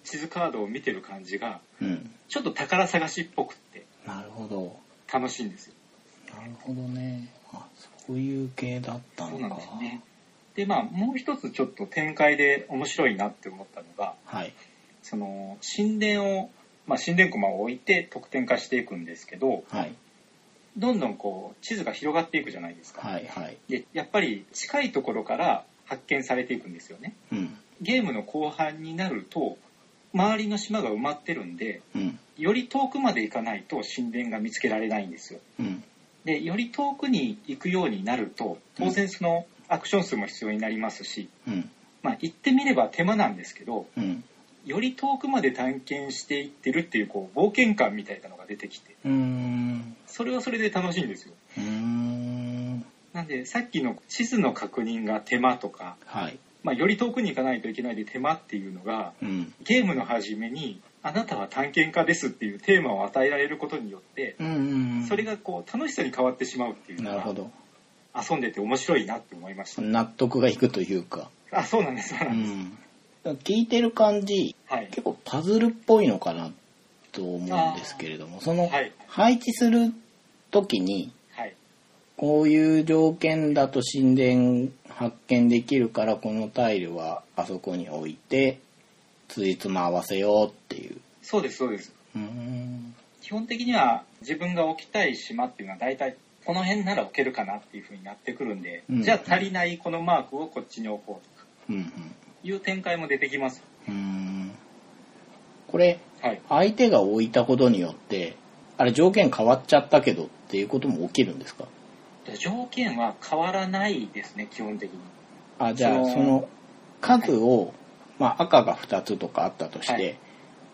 [SPEAKER 2] 地図カードを見てる感じが
[SPEAKER 1] うん
[SPEAKER 2] ちょっと宝探しっぽくって
[SPEAKER 1] なるほど
[SPEAKER 2] 楽しいんですよ
[SPEAKER 1] なるほどねあそういう系だった
[SPEAKER 2] そう
[SPEAKER 1] の
[SPEAKER 2] なん
[SPEAKER 1] か
[SPEAKER 2] ですねでまあもう一つちょっと展開で面白いなって思ったのが
[SPEAKER 1] はい
[SPEAKER 2] その神殿を、まあ、神殿駒を置いて得点化していくんですけど
[SPEAKER 1] はい
[SPEAKER 2] どんどんこう地図が広がっていくじゃないですか、
[SPEAKER 1] はいはい
[SPEAKER 2] でやっぱり近いところから発見されていくんですよね
[SPEAKER 1] うん
[SPEAKER 2] ゲームの後半になると周りの島が埋まってるんで
[SPEAKER 1] うん
[SPEAKER 2] より遠くまで行かないと神殿が見つけられないんですよ
[SPEAKER 1] うん
[SPEAKER 2] でより遠くに行くようになると当然そのアクション数も必要になりますし、
[SPEAKER 1] うん
[SPEAKER 2] まあ、行ってみれば手間なんですけど
[SPEAKER 1] うん
[SPEAKER 2] より遠くまで探検していってるっていうこう冒険感みたいなのが出てきて
[SPEAKER 1] うーん
[SPEAKER 2] それはそれで楽しいんですよ
[SPEAKER 1] うーん
[SPEAKER 2] なんでさっきの地図の確認が手間とか
[SPEAKER 1] はい
[SPEAKER 2] まあ、より遠くに行かないといけないで手間っていうのが
[SPEAKER 1] うん
[SPEAKER 2] ゲームの初めに「あなたは探検家です」っていうテーマを与えられることによって
[SPEAKER 1] うんうんうん
[SPEAKER 2] それがこう楽しさに変わってしまうっていう
[SPEAKER 1] な
[SPEAKER 2] の
[SPEAKER 1] るほ
[SPEAKER 2] が
[SPEAKER 1] ど
[SPEAKER 2] 遊んでて面白いなって思いました
[SPEAKER 1] 納得がいくというか
[SPEAKER 2] あそうなんですそう
[SPEAKER 1] う
[SPEAKER 2] なんです、
[SPEAKER 1] ん聞いてる感じ
[SPEAKER 2] はい
[SPEAKER 1] 結構パズルっぽいのかなと思うんですけれどもその
[SPEAKER 2] はい
[SPEAKER 1] 配置する時に
[SPEAKER 2] はい
[SPEAKER 1] こういう条件だと神殿発見できるからこのタイルはあそこに置いて辻褄合わせようっていう。
[SPEAKER 2] そうですそうです
[SPEAKER 1] うん
[SPEAKER 2] 基本的には自分が置きたい島っていうのは大体この辺なら置けるかなっていうふうになってくるんで、
[SPEAKER 1] うん
[SPEAKER 2] じゃあ足りないこのマークをこっちに置こうとか
[SPEAKER 1] うんうん
[SPEAKER 2] いう展開も出てきます
[SPEAKER 1] うんこれ
[SPEAKER 2] はい
[SPEAKER 1] 相手が置いたことによってあれ条件変わっちゃったけどっていうことも起きるんですか
[SPEAKER 2] で条件は変わらないですね基本的に
[SPEAKER 1] あじゃあ
[SPEAKER 2] その
[SPEAKER 1] その数を、まあ、赤が2つとかあったとして、
[SPEAKER 2] はい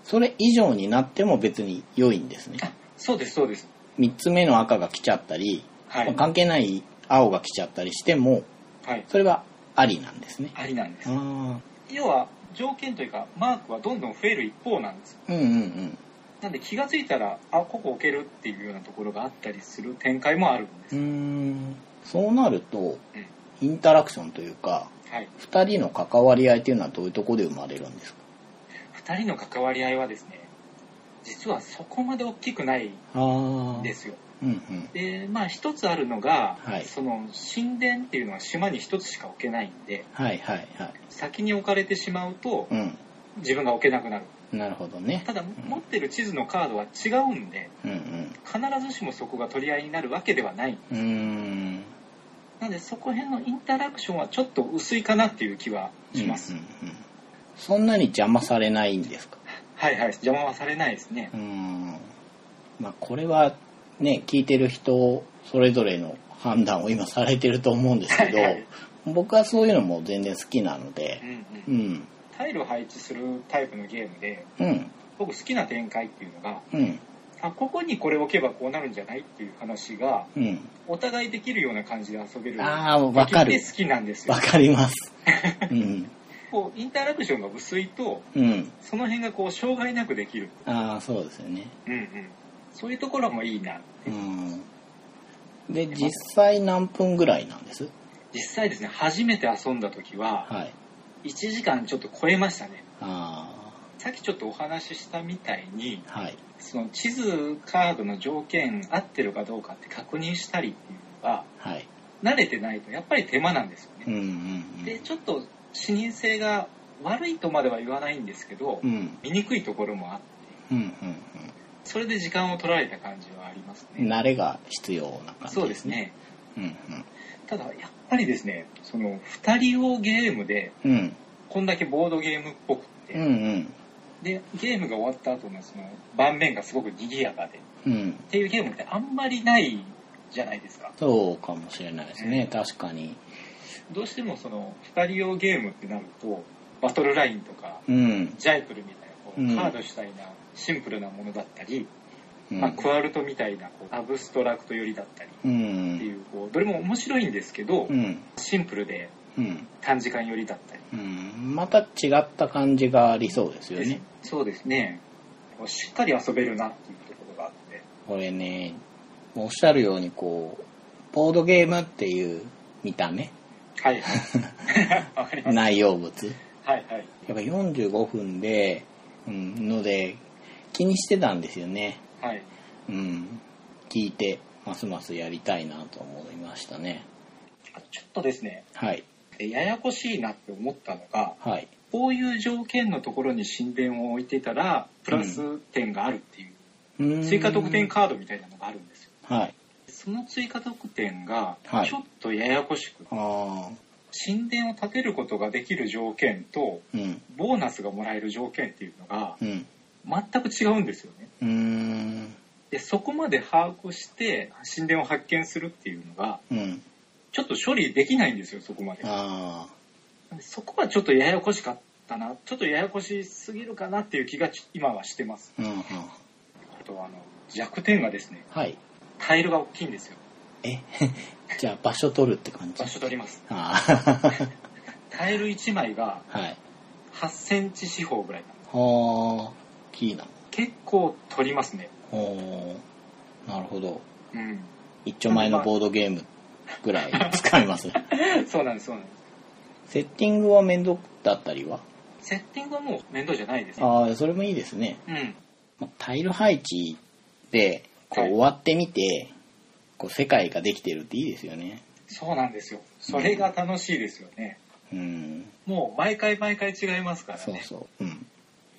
[SPEAKER 1] それ以上になっても別に良いんですね
[SPEAKER 2] あそうですそうです
[SPEAKER 1] 3つ目の赤が来ちゃったり、
[SPEAKER 2] は
[SPEAKER 1] まあ
[SPEAKER 2] い
[SPEAKER 1] 関係ない青が来ちゃったりしても
[SPEAKER 2] はい
[SPEAKER 1] それはありなんですね
[SPEAKER 2] ありなんです
[SPEAKER 1] ああ
[SPEAKER 2] 要は条件というかマークはどんどん増える一方なんです
[SPEAKER 1] うんうんうん
[SPEAKER 2] なんで気がついたらあここ置けるっていうようなところがあったりする展開もあるんで
[SPEAKER 1] う
[SPEAKER 2] す、
[SPEAKER 1] ーんそうなるとインタラクションというか
[SPEAKER 2] はい、
[SPEAKER 1] 2人の関わり合いというのはどういうところで生まれるんですか
[SPEAKER 2] 2人の関わり合いはですね実はそこまで大きくない
[SPEAKER 1] あ
[SPEAKER 2] んですよ
[SPEAKER 1] うんうん
[SPEAKER 2] でまあ一つあるのが、
[SPEAKER 1] はい
[SPEAKER 2] その神殿っていうのは島に一つしか置けないんで
[SPEAKER 1] はいはいはい
[SPEAKER 2] 先に置かれてしまうと
[SPEAKER 1] う
[SPEAKER 2] 自分が置けなくなる
[SPEAKER 1] んなるほどね
[SPEAKER 2] ただ持ってる地図のカードは違うんで
[SPEAKER 1] うんうん
[SPEAKER 2] 必ずしもそこが取り合いになるわけではないう
[SPEAKER 1] ーん
[SPEAKER 2] なのでそこへんのインタラクションはちょっと薄いかなっていう気はします、
[SPEAKER 1] うんうんうんそんなに邪魔されないんですか
[SPEAKER 2] はいはい邪魔はされないですね
[SPEAKER 1] うーんまあこれはね聞いてる人それぞれの判断を今されてると思うんですけど
[SPEAKER 2] はいはい
[SPEAKER 1] 僕はそういうのも全然好きなので
[SPEAKER 2] うんうん
[SPEAKER 1] うん
[SPEAKER 2] タイルを配置するタイプのゲームで
[SPEAKER 1] うん
[SPEAKER 2] 僕好きな展開っていうのが
[SPEAKER 1] うん
[SPEAKER 2] あここにこれ置けばこうなるんじゃないっていう話が
[SPEAKER 1] うん
[SPEAKER 2] お互いできるような感じで遊べる
[SPEAKER 1] あーわかる
[SPEAKER 2] できて好きなんですよ
[SPEAKER 1] わかり ますうん
[SPEAKER 2] こうインタラクションが薄いと
[SPEAKER 1] うん
[SPEAKER 2] その辺がこう障害なくできる、
[SPEAKER 1] ああそうですよね
[SPEAKER 2] うんうん、そういうところもいいな
[SPEAKER 1] うんで実際何分ぐらいなんです
[SPEAKER 2] 実際ですね初めて遊んだ時は
[SPEAKER 1] はい
[SPEAKER 2] 1時間ちょっと超えましたね
[SPEAKER 1] あ
[SPEAKER 2] さっきちょっとお話ししたみたいに
[SPEAKER 1] あはい
[SPEAKER 2] その地図カードの条件合ってるかどうかって確認したりっていうのが
[SPEAKER 1] はい
[SPEAKER 2] 慣れてないとやっぱり手間なんですよ
[SPEAKER 1] うん
[SPEAKER 2] ね、
[SPEAKER 1] うん
[SPEAKER 2] でちょっと視認性が悪いとまでは言わないんですけど、
[SPEAKER 1] うんうん
[SPEAKER 2] 見にくいところもあって
[SPEAKER 1] うん
[SPEAKER 2] それで時間を取られた感じはあります
[SPEAKER 1] うんうん
[SPEAKER 2] ね
[SPEAKER 1] 慣れが必要な感じ
[SPEAKER 2] そうですね
[SPEAKER 1] うん
[SPEAKER 2] ただやっぱりですねその2人をゲームで
[SPEAKER 1] うんうん
[SPEAKER 2] こんだけボードゲームっぽくって、
[SPEAKER 1] うん
[SPEAKER 2] でゲームが終わった後のその盤面がすごく賑やかでっ
[SPEAKER 1] うんうん
[SPEAKER 2] ていうゲームってあんまりないじゃないですか
[SPEAKER 1] そうかもしれないですね確かに
[SPEAKER 2] どうしてもその2人用ゲームってなるとバトルラインとか
[SPEAKER 1] うん、
[SPEAKER 2] ジャイプルみたいなこう
[SPEAKER 1] うん
[SPEAKER 2] カード主体なシンプルなものだったり、
[SPEAKER 1] うん
[SPEAKER 2] まあ、クワルトみたいなこうアブストラクト寄りだったり
[SPEAKER 1] う
[SPEAKER 2] って
[SPEAKER 1] ん
[SPEAKER 2] いうこうどれも面白いんですけど、
[SPEAKER 1] うん
[SPEAKER 2] シンプルで
[SPEAKER 1] うん
[SPEAKER 2] 短時間寄りだったり
[SPEAKER 1] うんまた違った感じがありそうですよ
[SPEAKER 2] です
[SPEAKER 1] ね
[SPEAKER 2] そうですねこうしっかり遊べるなっていうところがあって
[SPEAKER 1] これねおっしゃるようにこうボードゲームっていう見た目
[SPEAKER 2] はいはい わかります
[SPEAKER 1] 内容物
[SPEAKER 2] はいはい
[SPEAKER 1] やっぱ45分で、うん、ので気にしてたんですよね
[SPEAKER 2] はい
[SPEAKER 1] うん聞いてますますやりたいなと思いましたね
[SPEAKER 2] あちょっとですね
[SPEAKER 1] はい
[SPEAKER 2] えややこしいなって思ったのが
[SPEAKER 1] はい
[SPEAKER 2] こういう条件のところに神殿を置いてたらプラス点があるっていう、追加得点
[SPEAKER 1] か
[SPEAKER 2] カードみたいなのがあるんですよ
[SPEAKER 1] はい
[SPEAKER 2] その追加得点が
[SPEAKER 1] はい
[SPEAKER 2] ちょっとややこしく、
[SPEAKER 1] ああ
[SPEAKER 2] 神殿を建てることができる条件と
[SPEAKER 1] うん
[SPEAKER 2] ボーナスがもらえる条件っていうのが
[SPEAKER 1] うん
[SPEAKER 2] 全く違うんですよね
[SPEAKER 1] うーん
[SPEAKER 2] でそこまで把握して神殿を発見するっていうのが
[SPEAKER 1] うん
[SPEAKER 2] ちょっと処理できないんですよそこまで
[SPEAKER 1] あ
[SPEAKER 2] そこはちょっとややこしかったなちょっとややこしすぎるかなっていう気がち今はしてます
[SPEAKER 1] あうんうん
[SPEAKER 2] あとはあの弱点がですね
[SPEAKER 1] はい
[SPEAKER 2] タイルが大きいんですよ
[SPEAKER 1] え じゃあ場所取るって感じ
[SPEAKER 2] 場所取ります
[SPEAKER 1] ああ
[SPEAKER 2] タイル1枚が
[SPEAKER 1] はい
[SPEAKER 2] 8センチ四方ぐらい
[SPEAKER 1] はあキーな
[SPEAKER 2] 結構取りますね
[SPEAKER 1] おーなるほど
[SPEAKER 2] うん
[SPEAKER 1] 一丁前のボードゲームぐらい使います
[SPEAKER 2] そうなんですそうなんです
[SPEAKER 1] セッティングは面倒だったりは
[SPEAKER 2] セッティングはもう面倒じゃないですね
[SPEAKER 1] ああそれもいいですね
[SPEAKER 2] うん
[SPEAKER 1] まあタイル配置でこう
[SPEAKER 2] はい
[SPEAKER 1] 終わってみて、こう世界ができてるっていいですよね
[SPEAKER 2] そうなんですよそれが楽しいですよね
[SPEAKER 1] うん
[SPEAKER 2] もう毎回毎回違いますからね
[SPEAKER 1] そうそううん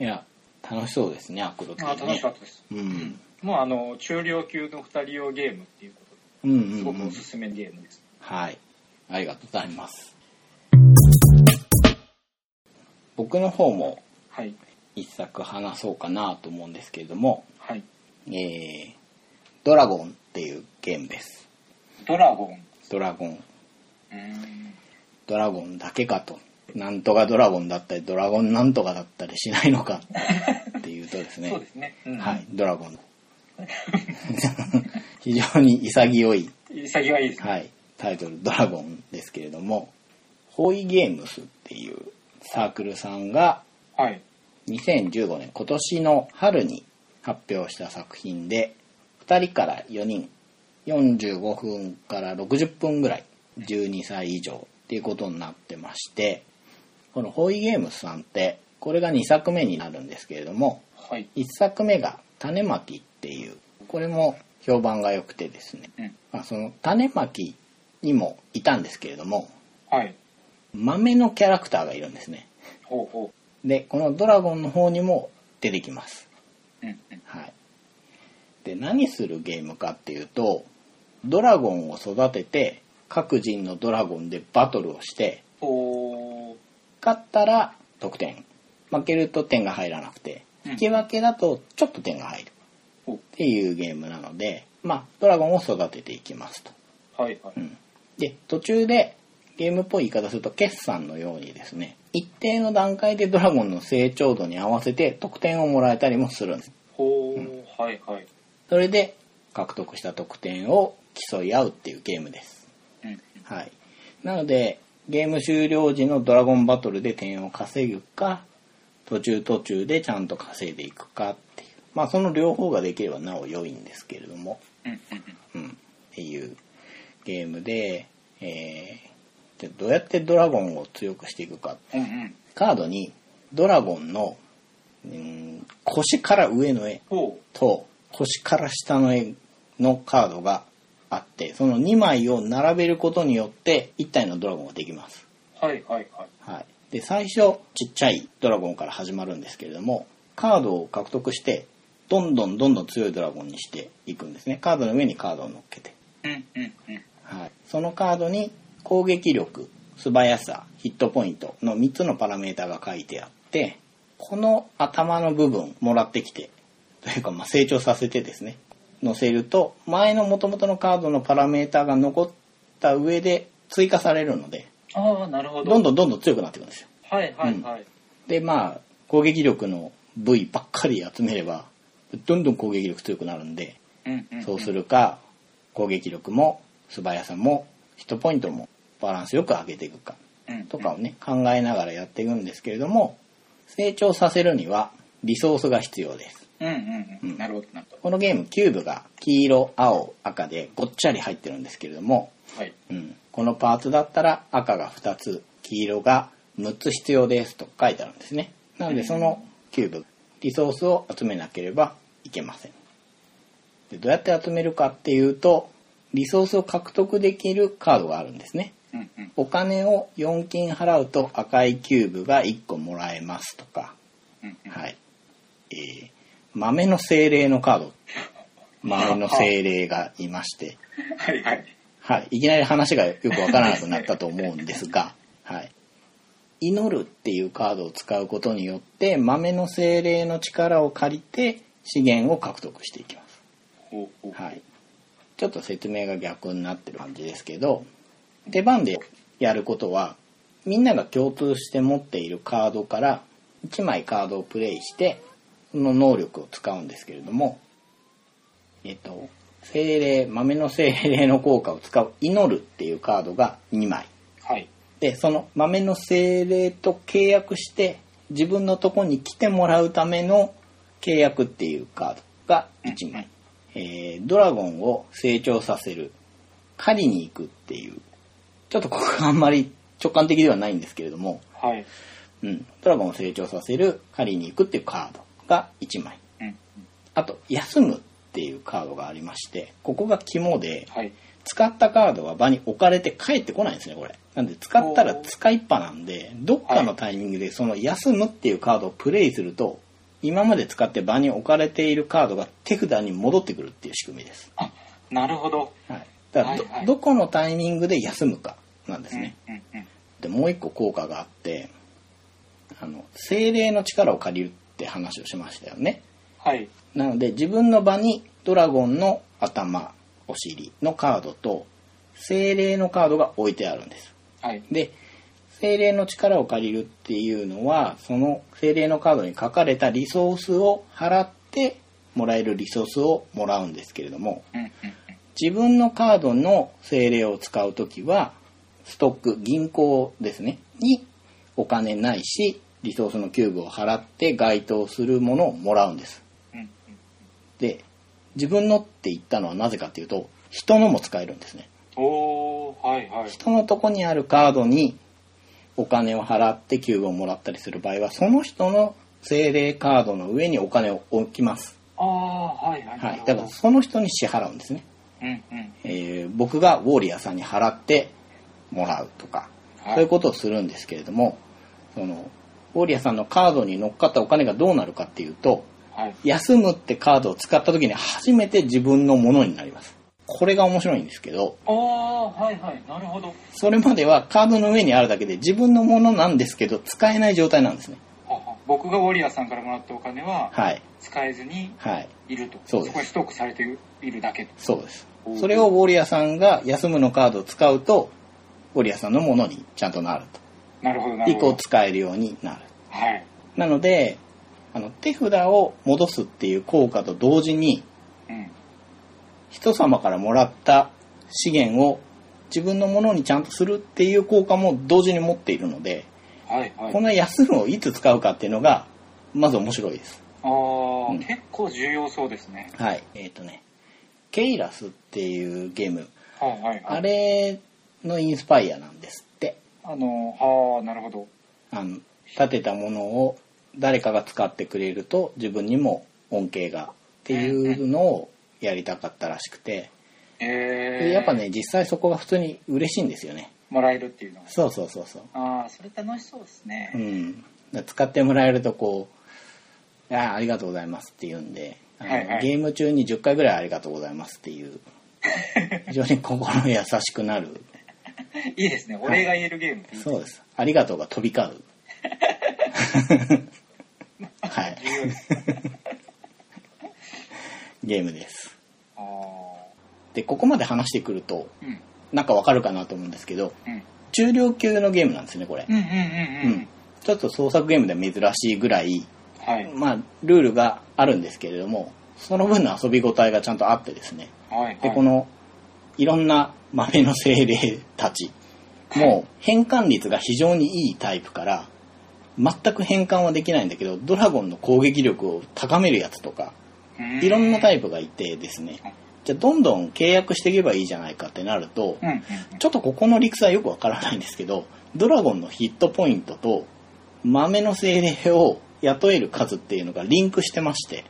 [SPEAKER 1] いや楽しそうですねアクロってね
[SPEAKER 2] あ楽しかったです、
[SPEAKER 1] うん
[SPEAKER 2] もうあの中量級の2人用ゲームっていうこ
[SPEAKER 1] うんう
[SPEAKER 2] とです
[SPEAKER 1] ん、
[SPEAKER 2] ご
[SPEAKER 1] う
[SPEAKER 2] くお
[SPEAKER 1] ん
[SPEAKER 2] す、すめのゲームです、
[SPEAKER 1] はいありがとうございます僕の方も
[SPEAKER 2] はい
[SPEAKER 1] 一作話そうかなと思うんですけれども
[SPEAKER 2] はい
[SPEAKER 1] えードラゴンっていうゲームです
[SPEAKER 2] ドラゴン
[SPEAKER 1] ドラゴン
[SPEAKER 2] うーん
[SPEAKER 1] ドラゴンだけかとなんとかドラゴンだったりドラゴンなんとかだったりしないのかっていうとですね
[SPEAKER 2] そうですね、うん
[SPEAKER 1] はいドラゴン 非常に潔い、
[SPEAKER 2] 潔いですね
[SPEAKER 1] はい、タイトル「ドラゴン」ですけれどもホイゲームスっていうサークルさんが
[SPEAKER 2] はい
[SPEAKER 1] 2015年今年の春に発表した作品で2人から4人45分から60分ぐらい12歳以上っていうことになってましてこのホイゲームスさんってこれが2作目になるんですけれども
[SPEAKER 2] はい
[SPEAKER 1] 1作目が「種まき」っていうこれも評判が良くてですね、
[SPEAKER 2] うん
[SPEAKER 1] まあ、その種まきにもいたんですけれども
[SPEAKER 2] はい
[SPEAKER 1] 豆のキャラクターがいるんですね
[SPEAKER 2] ほうほ
[SPEAKER 1] でこのドラゴンの方にも出てきます
[SPEAKER 2] ううんうん
[SPEAKER 1] はい、で何するゲームかっていうとドラゴンを育てて各人のドラゴンでバトルをして
[SPEAKER 2] ほう
[SPEAKER 1] 勝ったら得点負けると点が入らなくて
[SPEAKER 2] うん
[SPEAKER 1] 引き分けだとちょっと点が入る
[SPEAKER 2] ほ
[SPEAKER 1] っていうゲームなので、まあ、ドラゴンを育てていきますと。
[SPEAKER 2] うはいはい
[SPEAKER 1] うんで途中でゲームっぽい言い方すると決算のようにですね一定の段階でドラゴンの成長度に合わせて得点をもらえたりもするんです。
[SPEAKER 2] ほうはいはい
[SPEAKER 1] それで獲得した得点を競い合うっていうゲームです。
[SPEAKER 2] うんうん
[SPEAKER 1] はい。なので、ゲーム終了時のドラゴンバトルで点を稼ぐか、途中途中でちゃんと稼いでいくかっていう。まあその両方ができればなお良いんですけれども、
[SPEAKER 2] うんうん
[SPEAKER 1] うん。っていうゲームで、えー、じゃあどうやってドラゴンを強くしていくか。
[SPEAKER 2] うんうんうん
[SPEAKER 1] カードにドラゴンの、うーん、腰から上の絵
[SPEAKER 2] ほ
[SPEAKER 1] と腰から下の絵のカードがあってその2枚を並べることによって1体のドラゴンができます、
[SPEAKER 2] うはいはいはい
[SPEAKER 1] はい、で最初ちっちゃいドラゴンから始まるんですけれどもカードを獲得してどんどんどんどん強いドラゴンにしていくんですねカードの上にカードを乗っけて、
[SPEAKER 2] うんうんうん
[SPEAKER 1] はい、そのカードに攻撃力素早さヒットポイントの3つのパラメータが書いてあってこの頭の部分もらってきてというかまあ成長させてですね載せると前の元々のカードのパラメータが残った上で追加されるので
[SPEAKER 2] ああなるほど
[SPEAKER 1] どんどんどんどん強くなっていくんですよ
[SPEAKER 2] はいはいはい
[SPEAKER 1] でまあ攻撃力の部位ばっかり集めればどんどん攻撃力強くなるんで
[SPEAKER 2] うんうんん
[SPEAKER 1] そうするか攻撃力も素早さもヒットポイントもバランスよく上げていくか
[SPEAKER 2] うんうん
[SPEAKER 1] とかをね考えながらやっていくんですけれども成長させるにはリソースが必要です
[SPEAKER 2] うんうんう
[SPEAKER 1] うん
[SPEAKER 2] んなるほどなるほ
[SPEAKER 1] このゲームキューブが黄色青赤でごっちゃり入ってるんですけれども、
[SPEAKER 2] どはい
[SPEAKER 1] うん、このパーツだったら赤が2つ黄色が6つ必要ですと書いてあるんですねなのでそのキューブリソースを集めなければいけませんでどうやって集めるかっていうとリソースを獲得できるカードがあるんですね
[SPEAKER 2] うんうん
[SPEAKER 1] お金を4金払うと赤いキューブが1個もらえますとか、
[SPEAKER 2] うんうん
[SPEAKER 1] はい。えー豆の精霊のカード。豆の精霊がいまして、
[SPEAKER 2] はいはい
[SPEAKER 1] はい。いきなり話がよくわからなくなったと思うんですが、はい。祈るっていうカードを使うことによって、豆の精霊の力を借りて資源を獲得していきます。
[SPEAKER 2] ほうほう
[SPEAKER 1] はい、ちょっと説明が逆になってる感じですけど出番でやることはみんなが共通して持っているカードから1枚カードをプレイしてその能力を使うんですけれどもえっと精霊豆の精霊の効果を使う「祈る」っていうカードが2枚
[SPEAKER 2] はい
[SPEAKER 1] でその豆の精霊と契約して自分のとこに来てもらうための契約っていうカードが1枚、えードラゴンを成長させる狩りに行くっていうちょっとここがあんまり 直感的ではないんですけれども、
[SPEAKER 2] はい
[SPEAKER 1] うん、ドラゴンを成長させる狩りに行くっていうカードが1枚
[SPEAKER 2] うん
[SPEAKER 1] あと休むっていうカードがありましてここが肝で
[SPEAKER 2] はい
[SPEAKER 1] 使ったカードは場に置かれて帰ってこないんですねこれなんで使ったら使いっぱなんでどっかのタイミングでその休むっていうカードをプレイすると今まで使って場に置かれているカードが手札に戻ってくるっていう仕組みです、
[SPEAKER 2] あなるほど
[SPEAKER 1] はい、だからど,、
[SPEAKER 2] はいはい
[SPEAKER 1] どこのタイミングで休むかなんですね、
[SPEAKER 2] うんうん
[SPEAKER 1] でもう一個効果があってあの精霊の力を借りるって話をしましたよね
[SPEAKER 2] はい
[SPEAKER 1] なので自分の場にドラゴンの頭お尻のカードと精霊のカードが置いてあるんです
[SPEAKER 2] はい
[SPEAKER 1] で精霊の力を借りるっていうのはその精霊のカードに書かれたリソースを払ってもらえるリソースをもらうんですけれども
[SPEAKER 2] うんうんうん
[SPEAKER 1] 自分のカードの精霊を使う時はストック銀行ですねにお金ないしリソースのキューブを払って該当するものをもらうんです
[SPEAKER 2] うんうん
[SPEAKER 1] で自分のって言ったのはなぜかっていうと人のも使えるんですね
[SPEAKER 2] おーはいはい
[SPEAKER 1] 人のとこにあるカードにお金を払ってキューブをもらったりする場合はその人の精霊カードの上にお金を置きます、
[SPEAKER 2] ああはいはい
[SPEAKER 1] はい、だからその人に支払うんですね、
[SPEAKER 2] うんうん
[SPEAKER 1] えー僕がウォーリアーさんに払ってもらうとか
[SPEAKER 2] はい
[SPEAKER 1] そういうことをするんですけれどもそのウォーリアーさんのカードに乗っかったお金がどうなるかっていうと
[SPEAKER 2] はい
[SPEAKER 1] 休むってカードを使った時に初めて自分のものになりますこれが面白いんですけど
[SPEAKER 2] ああはいはいなるほど
[SPEAKER 1] それまではカードの上にあるだけで自分のものなんですけど使えない状態なんですね
[SPEAKER 2] はは僕がウォリアーさんからもらったお金は
[SPEAKER 1] はい
[SPEAKER 2] 使えずに
[SPEAKER 1] はい
[SPEAKER 2] いると
[SPEAKER 1] そうです
[SPEAKER 2] こにストックされているだけ
[SPEAKER 1] そうです
[SPEAKER 2] おー
[SPEAKER 1] それをウォリアーさんが休むのカードを使うとウォリアーさんのものにちゃんとなると
[SPEAKER 2] なるほどなる
[SPEAKER 1] 以
[SPEAKER 2] ほ
[SPEAKER 1] 降
[SPEAKER 2] ど
[SPEAKER 1] 使えるようになる
[SPEAKER 2] はい
[SPEAKER 1] なのであの手札を戻すっていう効果と同時に
[SPEAKER 2] うん
[SPEAKER 1] 人様からもらった資源を自分のものにちゃんとするっていう効果も同時に持っているので、
[SPEAKER 2] はいはい
[SPEAKER 1] この休むをいつ使うかっていうのがまず面白いです。
[SPEAKER 2] あ
[SPEAKER 1] うん
[SPEAKER 2] ー結構重要そうですね
[SPEAKER 1] はい。えっ、とね、ケイラスっていうゲーム、
[SPEAKER 2] はいはいは
[SPEAKER 1] あ
[SPEAKER 2] い
[SPEAKER 1] れのインスパイアなんですって。
[SPEAKER 2] あのああなるほど
[SPEAKER 1] あの建てたものを誰かが使ってくれると自分にも恩恵がっていうのをやりたかったらしくて、
[SPEAKER 2] ええ
[SPEAKER 1] でやっぱね実際そこが普通に嬉しいんですよね。
[SPEAKER 2] もらえるっていうのは
[SPEAKER 1] そうそうそうそう。
[SPEAKER 2] ああそれ楽しそうですね、
[SPEAKER 1] うん、だから使ってもらえるとこう「あーありがとうございます」って言うんで、あの
[SPEAKER 2] はいはい
[SPEAKER 1] ゲーム中に10回ぐらい「ありがとうございます」っていう 非常に心優しくなる
[SPEAKER 2] いいですねお礼が言えるゲームっていい
[SPEAKER 1] そうです「ありがとう」が飛び 交うはい
[SPEAKER 2] 重要です
[SPEAKER 1] ゲームです
[SPEAKER 2] ああ
[SPEAKER 1] でここまで話してくると
[SPEAKER 2] うん
[SPEAKER 1] なんかわかるかなと思うんですけど
[SPEAKER 2] うん
[SPEAKER 1] 中量級のゲームなんですねこれ
[SPEAKER 2] う、んうんうんうん、
[SPEAKER 1] うんちょっと創作ゲームでは珍しいぐらい
[SPEAKER 2] はいはい
[SPEAKER 1] まあルールがあるんですけれどもその分の遊び応えがちゃんとあってですね
[SPEAKER 2] はい
[SPEAKER 1] でこのいろんな豆の精霊たちもう変換率が非常にいいタイプから全く変換はできないんだけどドラゴンの攻撃力を高めるやつとかいろんなタ
[SPEAKER 2] イ
[SPEAKER 1] イプがいてですねじゃあどんどん契約していけばいいじゃないかってなると
[SPEAKER 2] うんうんうん
[SPEAKER 1] ちょっとここの理屈はよくわからないんですけどドラゴンのヒットポイントと豆の精霊を雇える数っていうのがリンクしてまして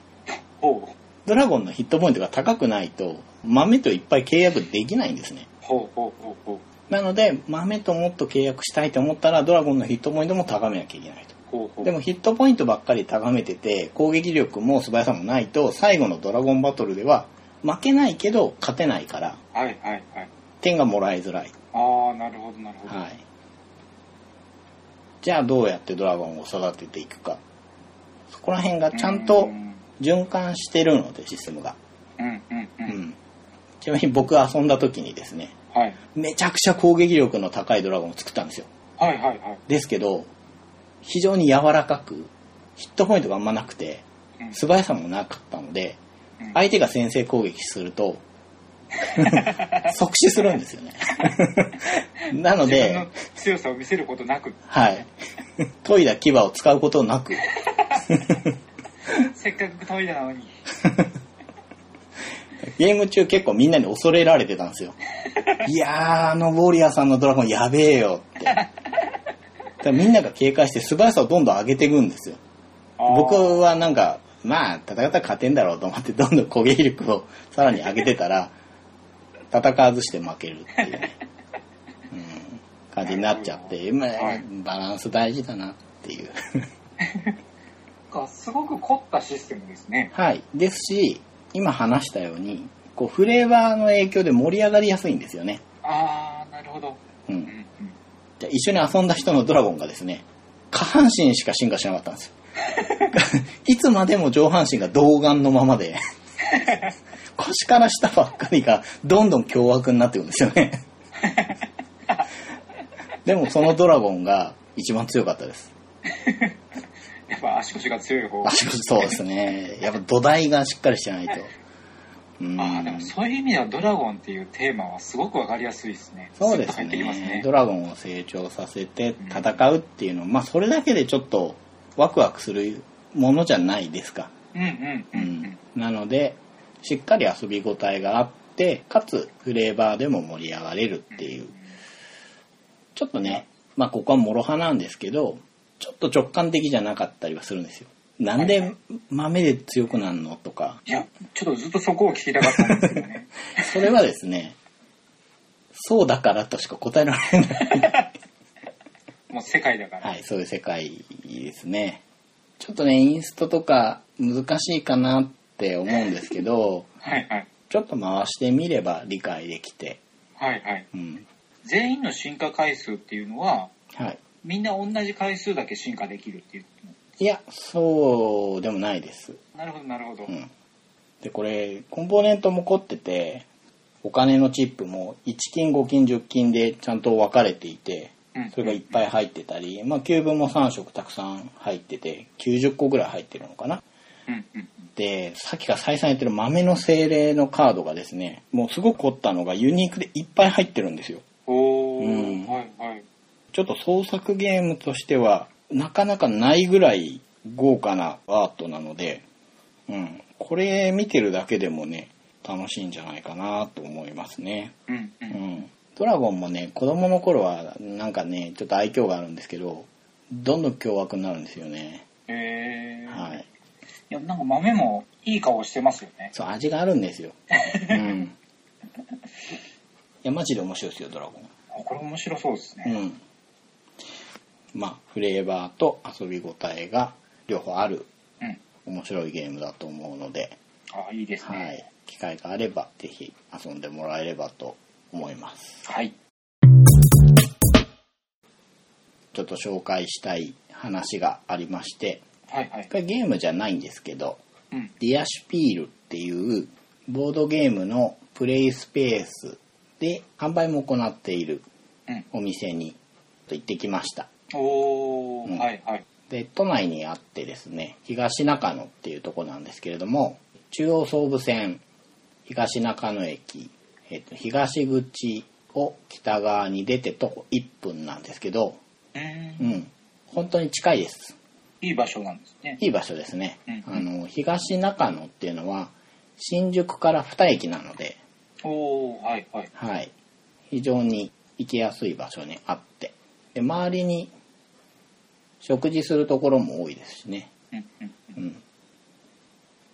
[SPEAKER 2] ほう
[SPEAKER 1] ドラゴンのヒットポイントが高くないと豆といっぱい契約できないんですね
[SPEAKER 2] ほうほうほうほう
[SPEAKER 1] なので豆ともっと契約したいと思ったらドラゴンのヒットポイントも高めなきゃいけないと
[SPEAKER 2] ほうほう
[SPEAKER 1] でもヒットポイントばっかり高めてて攻撃力も素早さもないと最後のドラゴンバトルでは負けないけど勝てないから
[SPEAKER 2] はいはいはい
[SPEAKER 1] 点がもらいづらい
[SPEAKER 2] ああなるほどなるほど、
[SPEAKER 1] はいじゃあどうやってドラゴンを育てていくかそこら辺がちゃん
[SPEAKER 2] う
[SPEAKER 1] と
[SPEAKER 2] ん
[SPEAKER 1] 循環してるのでシステムが
[SPEAKER 2] うんうんう、
[SPEAKER 1] うんんちなみに僕遊んだ時にですね
[SPEAKER 2] はい
[SPEAKER 1] めちゃくちゃ攻撃力の高いドラゴンを作ったんですよ
[SPEAKER 2] はいはいはい
[SPEAKER 1] ですけど非常に柔らかくヒットポイントがあんまなくて
[SPEAKER 2] うん
[SPEAKER 1] 素早さもなかったので
[SPEAKER 2] うん
[SPEAKER 1] 相手が先制攻撃する と即死するんですよねなの
[SPEAKER 2] 自
[SPEAKER 1] で
[SPEAKER 2] 分の強さを見せることなく
[SPEAKER 1] はい。 研いだ牙を使うことなく、
[SPEAKER 2] せっかく研いだのに
[SPEAKER 1] ゲーム中結構みんなに恐れられてたん ですよ。いやー、あのウォリアーさんのドラゴンやべえよって。だからみんなが警戒して素早さをどんどん上げていくんですよ。
[SPEAKER 2] あー
[SPEAKER 1] 僕はなんか、まあ、戦ったら勝てんだろうと思って、どんどん攻撃力をさらに上げてたら、戦わずして負けるっていう ね、うん、感じになっちゃって、まあ
[SPEAKER 2] はい、
[SPEAKER 1] バランス大事だなっていう。
[SPEAKER 2] なんかすごく凝ったシステムですね
[SPEAKER 1] はい。ですし、今話したように、こう、フレーバーの影響で盛り上がりやすいんですよね。
[SPEAKER 2] ああなるほど
[SPEAKER 1] う
[SPEAKER 2] う
[SPEAKER 1] ん。
[SPEAKER 2] んうん
[SPEAKER 1] じゃあ一緒に遊んだ人のドラゴンがですね、下半身しか進化しなかったんですよ。 いつまでも上半身が童顔のままで、 腰から下ばっかりがどんどん凶悪になっていくんですよね。 でもそのドラゴンが一番強かったです。
[SPEAKER 2] やっぱ足腰が強い方
[SPEAKER 1] あそうそうですね。やっぱ土台がしっかりしてないと。うん
[SPEAKER 2] ああでもそういう意味では「ドラゴン」っていうテーマはすごくわかりやすいですね
[SPEAKER 1] そうです
[SPEAKER 2] スッと入ってきます
[SPEAKER 1] ね
[SPEAKER 2] ね
[SPEAKER 1] ドラゴンを成長させて戦うっていうの、まあそれだけでちょっとワクワクするものじゃないですか、
[SPEAKER 2] うんうん
[SPEAKER 1] う
[SPEAKER 2] うんんうん
[SPEAKER 1] なのでしっかり遊び応えがあってかつフレーバーでも盛り上がれるっていうちょっとねまあここは諸刃なんですけどちょっと直感的じゃなかったりはするんですよなん
[SPEAKER 2] はいは
[SPEAKER 1] で
[SPEAKER 2] い
[SPEAKER 1] 豆で強くなるのとか
[SPEAKER 2] いやちょっとずっとそこを聞きたかったんですけど ね
[SPEAKER 1] それはですね、そうだからとしか答えられない。
[SPEAKER 2] もう世界だから、
[SPEAKER 1] はい、そういう世界ですね。ちょっとね、インストとか難しいかなって思うんですけど、
[SPEAKER 2] はい、はい
[SPEAKER 1] ちょっと回してみれば理解できて、
[SPEAKER 2] はいはい
[SPEAKER 1] うん。
[SPEAKER 2] 全員の進化回数っていうのは
[SPEAKER 1] はい。
[SPEAKER 2] みんな同じ回数だけ進化できるっていう
[SPEAKER 1] いや、そうでもないです。
[SPEAKER 2] なるほどなるほど、
[SPEAKER 1] うん。で、これ、コンポーネントも凝ってて、お金のチップも1金、5金、10金でちゃんと分かれていて、
[SPEAKER 2] うん
[SPEAKER 1] それがいっぱい入ってたり、まあ、キューブも3色たくさん入ってて90個ぐらい入ってるのかな
[SPEAKER 2] うんうん
[SPEAKER 1] でさっきから再三言ってる豆の精霊のカードがですねもうすごく凝ったのがユニークでいっぱい入ってるんですよ
[SPEAKER 2] おお、
[SPEAKER 1] うん
[SPEAKER 2] はいはい
[SPEAKER 1] ちょっと創作ゲームとしてはなかなかないぐらい豪華なアートなので、うん、これ見てるだけでもね楽しいんじゃないかなと思いますね
[SPEAKER 2] うんう
[SPEAKER 1] うんん、ドラゴンもね子供の頃はなんかねちょっと愛嬌があるんですけどどんどん凶悪になるんですよね、
[SPEAKER 2] えー
[SPEAKER 1] はい、
[SPEAKER 2] いやなんか豆もいい顔してますよね
[SPEAKER 1] そう味があるんですよ、うん、いやマジで面白いですよドラゴ
[SPEAKER 2] あこれ面白そうです
[SPEAKER 1] ン、
[SPEAKER 2] ね、
[SPEAKER 1] うん、まあフレーバーと遊び応えが両方ある
[SPEAKER 2] うん
[SPEAKER 1] 面白いゲームだと思うので、
[SPEAKER 2] あいいです
[SPEAKER 1] は
[SPEAKER 2] ね
[SPEAKER 1] い、機会があればぜひ遊んでもらえればと思います
[SPEAKER 2] はい
[SPEAKER 1] ちょっと紹介したい話がありまして
[SPEAKER 2] はいはい
[SPEAKER 1] これゲームじゃないんですけど
[SPEAKER 2] うん
[SPEAKER 1] ディアシュピールっていうボードゲームのプレイスペースで販売も行っている
[SPEAKER 2] うん
[SPEAKER 1] お店に行ってきました
[SPEAKER 2] おお、
[SPEAKER 1] うん
[SPEAKER 2] はいはい
[SPEAKER 1] で都内にあってですね東中野っていうとこなんですけれども中央総武線東中野駅、えっと東口を北側に出て徒歩1分なんですけど、
[SPEAKER 2] う
[SPEAKER 1] うんん、本当に近いです
[SPEAKER 2] いい場所なんですね
[SPEAKER 1] いい場所ですね、
[SPEAKER 2] うん
[SPEAKER 1] あの東中野っていうのは新宿から2駅なので、
[SPEAKER 2] おおはいはい
[SPEAKER 1] はい、非常に行きやすい場所にあってで周りに食事するところも多いですしね、
[SPEAKER 2] うんうんう
[SPEAKER 1] うんん、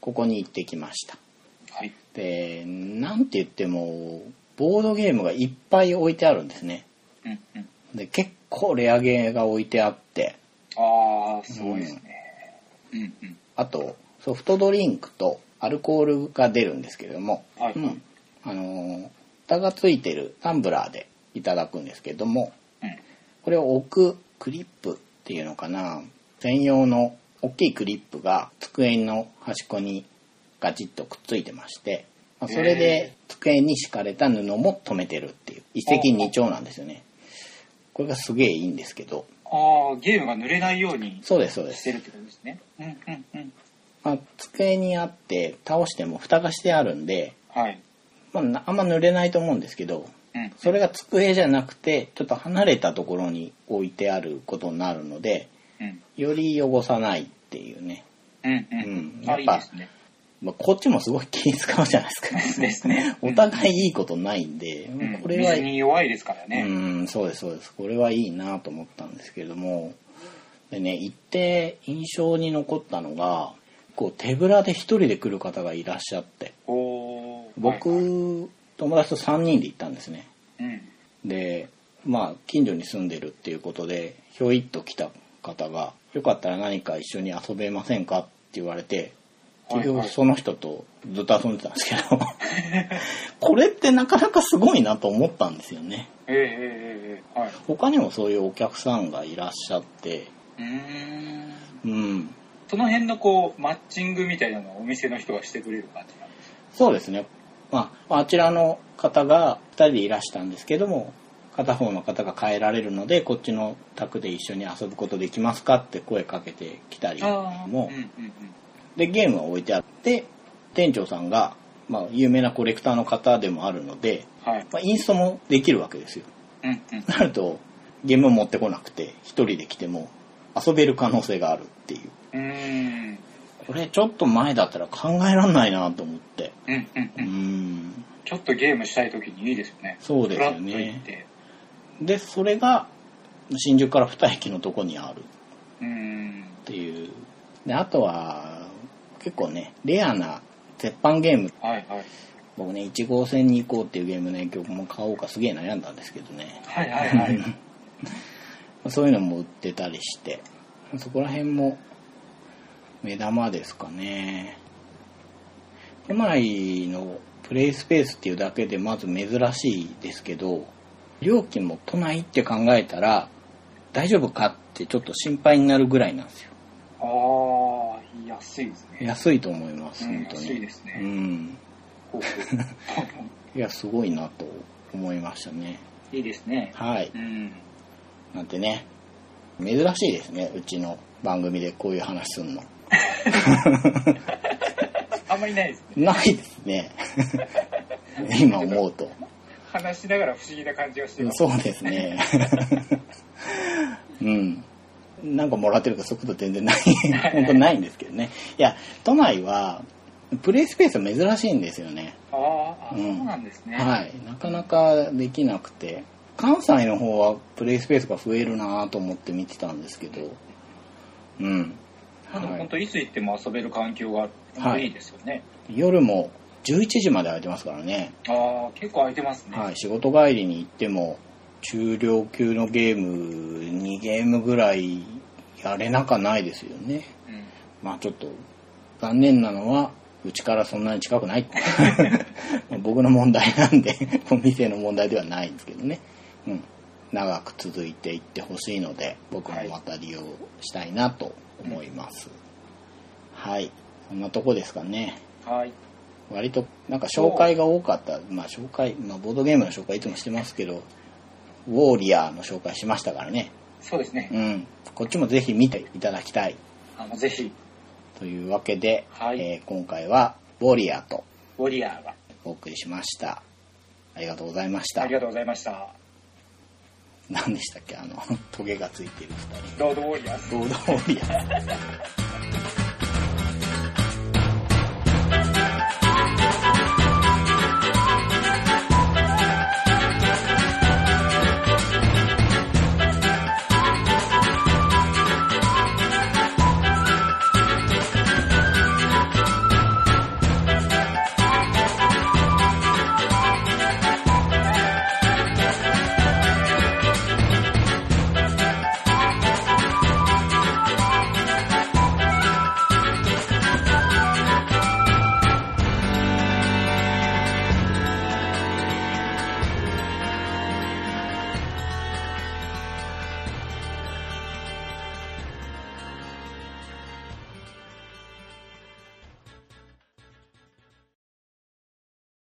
[SPEAKER 1] ここに行ってきました
[SPEAKER 2] はい
[SPEAKER 1] でなんて言ってもボードゲームがいっぱい置いてあるんですね
[SPEAKER 2] うんうん
[SPEAKER 1] で結構レアゲーが置いてあって
[SPEAKER 2] ああすごいですねうんうん
[SPEAKER 1] あとソフトドリンクとアルコールが出るんですけれども、
[SPEAKER 2] はい
[SPEAKER 1] うん、あのー蓋がついてるタンブラーでいただくんですけれども
[SPEAKER 2] うん
[SPEAKER 1] これを置くクリップっていうのかな専用の大きいクリップが机の端っこにガチッとくっついてまして、まあそれで机に敷かれた布も留めてるっていう一石二鳥なんですよねこれがすげえいいんですけど
[SPEAKER 2] ああゲームが濡れないように
[SPEAKER 1] そうですそうで
[SPEAKER 2] し
[SPEAKER 1] す
[SPEAKER 2] てるってことですねうんうんうん
[SPEAKER 1] まあ、机にあって倒しても蓋がしてあるんで、
[SPEAKER 2] はい
[SPEAKER 1] まあな、あんま濡れないと思うんですけど
[SPEAKER 2] うん
[SPEAKER 1] それが机じゃなくてちょっと離れたところに置いてあることになるので
[SPEAKER 2] うん
[SPEAKER 1] より汚さないっていうね、
[SPEAKER 2] うん
[SPEAKER 1] う
[SPEAKER 2] うんんあいいですね
[SPEAKER 1] まあ、こっちもすごい気使うじゃないですか
[SPEAKER 2] ですね
[SPEAKER 1] お互いいいことないんで、
[SPEAKER 2] うん
[SPEAKER 1] これは
[SPEAKER 2] 水に弱いですからね
[SPEAKER 1] うんそうですそうですこれはいいなと思ったんですけれどもでね行って印象に残ったのがこう手ぶらで一人で来る方がいらっしゃって
[SPEAKER 2] おお
[SPEAKER 1] 僕、
[SPEAKER 2] はいはい
[SPEAKER 1] 友達と3人で行ったんですね
[SPEAKER 2] うん
[SPEAKER 1] でまあ近所に住んでるっていうことでひょいっと来た方が「よかったら何か一緒に遊べませんか?」って言われて
[SPEAKER 2] はいは
[SPEAKER 1] 結
[SPEAKER 2] い
[SPEAKER 1] 局その人とずっと遊んでたんですけど これってなかなかすごいなと思ったんですよね
[SPEAKER 2] ええええええはい
[SPEAKER 1] 他にもそういうお客さんがいらっしゃって
[SPEAKER 2] うーん
[SPEAKER 1] うん
[SPEAKER 2] その辺のこうマッチングみたいなのをお店の人がしてくれる感じなんです
[SPEAKER 1] そうですね。まあ、あちらの方が2人でいらしたんですけども、片方の方が帰られるので、こっちの宅で一緒に遊ぶことできますかって声かけてきたり
[SPEAKER 2] ああ
[SPEAKER 1] も
[SPEAKER 2] う、んうんうん
[SPEAKER 1] で、ゲームが置いてあって、店長さんが、まあ、有名なコレクターの方でもあるので、
[SPEAKER 2] はい。
[SPEAKER 1] まあ、インストもできるわけですよ
[SPEAKER 2] うんうん。
[SPEAKER 1] なるとゲームを持ってこなくて一人で来ても遊べる可能性があるっていう
[SPEAKER 2] うーん。
[SPEAKER 1] これちょっと前だったら考えらんないなと思って
[SPEAKER 2] うんうん
[SPEAKER 1] う
[SPEAKER 2] うん。
[SPEAKER 1] ん
[SPEAKER 2] ちょっとゲームしたい時にいいですよね。
[SPEAKER 1] そうですよね
[SPEAKER 2] フラッと行って。
[SPEAKER 1] でそれが新宿から2駅のとこにあるっ
[SPEAKER 2] うーん。
[SPEAKER 1] ていうであとは結構ねレアな絶版ゲーム
[SPEAKER 2] はいはい。
[SPEAKER 1] 僕ね1号線に行こうっていうゲームの影響も買おうかすげえ悩んだんですけどね
[SPEAKER 2] はいはいはい。
[SPEAKER 1] そういうのも売ってたりしてそこら辺も目玉ですかね都内のプレイスペースっていうだけでまず珍しいですけど料金も都内って考えたら大丈夫かってちょっと心配になるぐらいなんですよ
[SPEAKER 2] ああ、安いですね。
[SPEAKER 1] 安いと思います
[SPEAKER 2] うん
[SPEAKER 1] 本当に、
[SPEAKER 2] 安いですね
[SPEAKER 1] うん
[SPEAKER 2] ほうほう
[SPEAKER 1] いやすごいなと思いましたね
[SPEAKER 2] いいです ね。
[SPEAKER 1] はい
[SPEAKER 2] うん。
[SPEAKER 1] なんてね珍しいですねうちの番組でこういう話すんの
[SPEAKER 2] あんまりないですね。
[SPEAKER 1] ないですね 今思うと
[SPEAKER 2] 話しながら不思議な感じがしてます。
[SPEAKER 1] そうですね うんなんかもらってるかそういうこと全 然ない本当ないんですけどねいや都内はプレイスペースは珍しいんですよね
[SPEAKER 2] あーあ、
[SPEAKER 1] うん
[SPEAKER 2] そうなんですね。
[SPEAKER 1] はいなかなかできなくて関西の方はプレイスペースが増えるなぁと思って見てたんですけどうん、
[SPEAKER 2] まあでも
[SPEAKER 1] は
[SPEAKER 2] 本当いつ行っても遊べる環境があるの
[SPEAKER 1] はい
[SPEAKER 2] いいですよね。
[SPEAKER 1] い、夜も11時まで空いてますからね
[SPEAKER 2] ああ、結構空いてますね。
[SPEAKER 1] はい、仕事帰りに行っても中量級のゲーム2ゲームぐらいやれなかないですよね
[SPEAKER 2] うん
[SPEAKER 1] まあちょっと残念なのはうちからそんなに近くない 僕の問題なんでお店の問題ではないんですけどね、うん、長く続いていってほしいので僕もまた利用したいなと思いますはい、そんなとこですかね
[SPEAKER 2] はい。
[SPEAKER 1] 割となんか紹介が多かった、まあ紹介、まあボードゲームの紹介いつもしてますけど、ウォーリアーの紹介しましたからね。
[SPEAKER 2] そうですね。
[SPEAKER 1] うん。こっちもぜひ見ていただきたい。
[SPEAKER 2] あの、ぜひ、
[SPEAKER 1] というわけで、
[SPEAKER 2] はい
[SPEAKER 1] えー今回はウォーリアーと
[SPEAKER 2] ウォリアーが。
[SPEAKER 1] お送りしました。ありがとうございまし
[SPEAKER 2] あ
[SPEAKER 1] た
[SPEAKER 2] り。がとうございました。
[SPEAKER 1] 何でしたっけあの、トゲがついてる二
[SPEAKER 2] ロードウォリアーズ。
[SPEAKER 1] 人。ボードウォーリアー。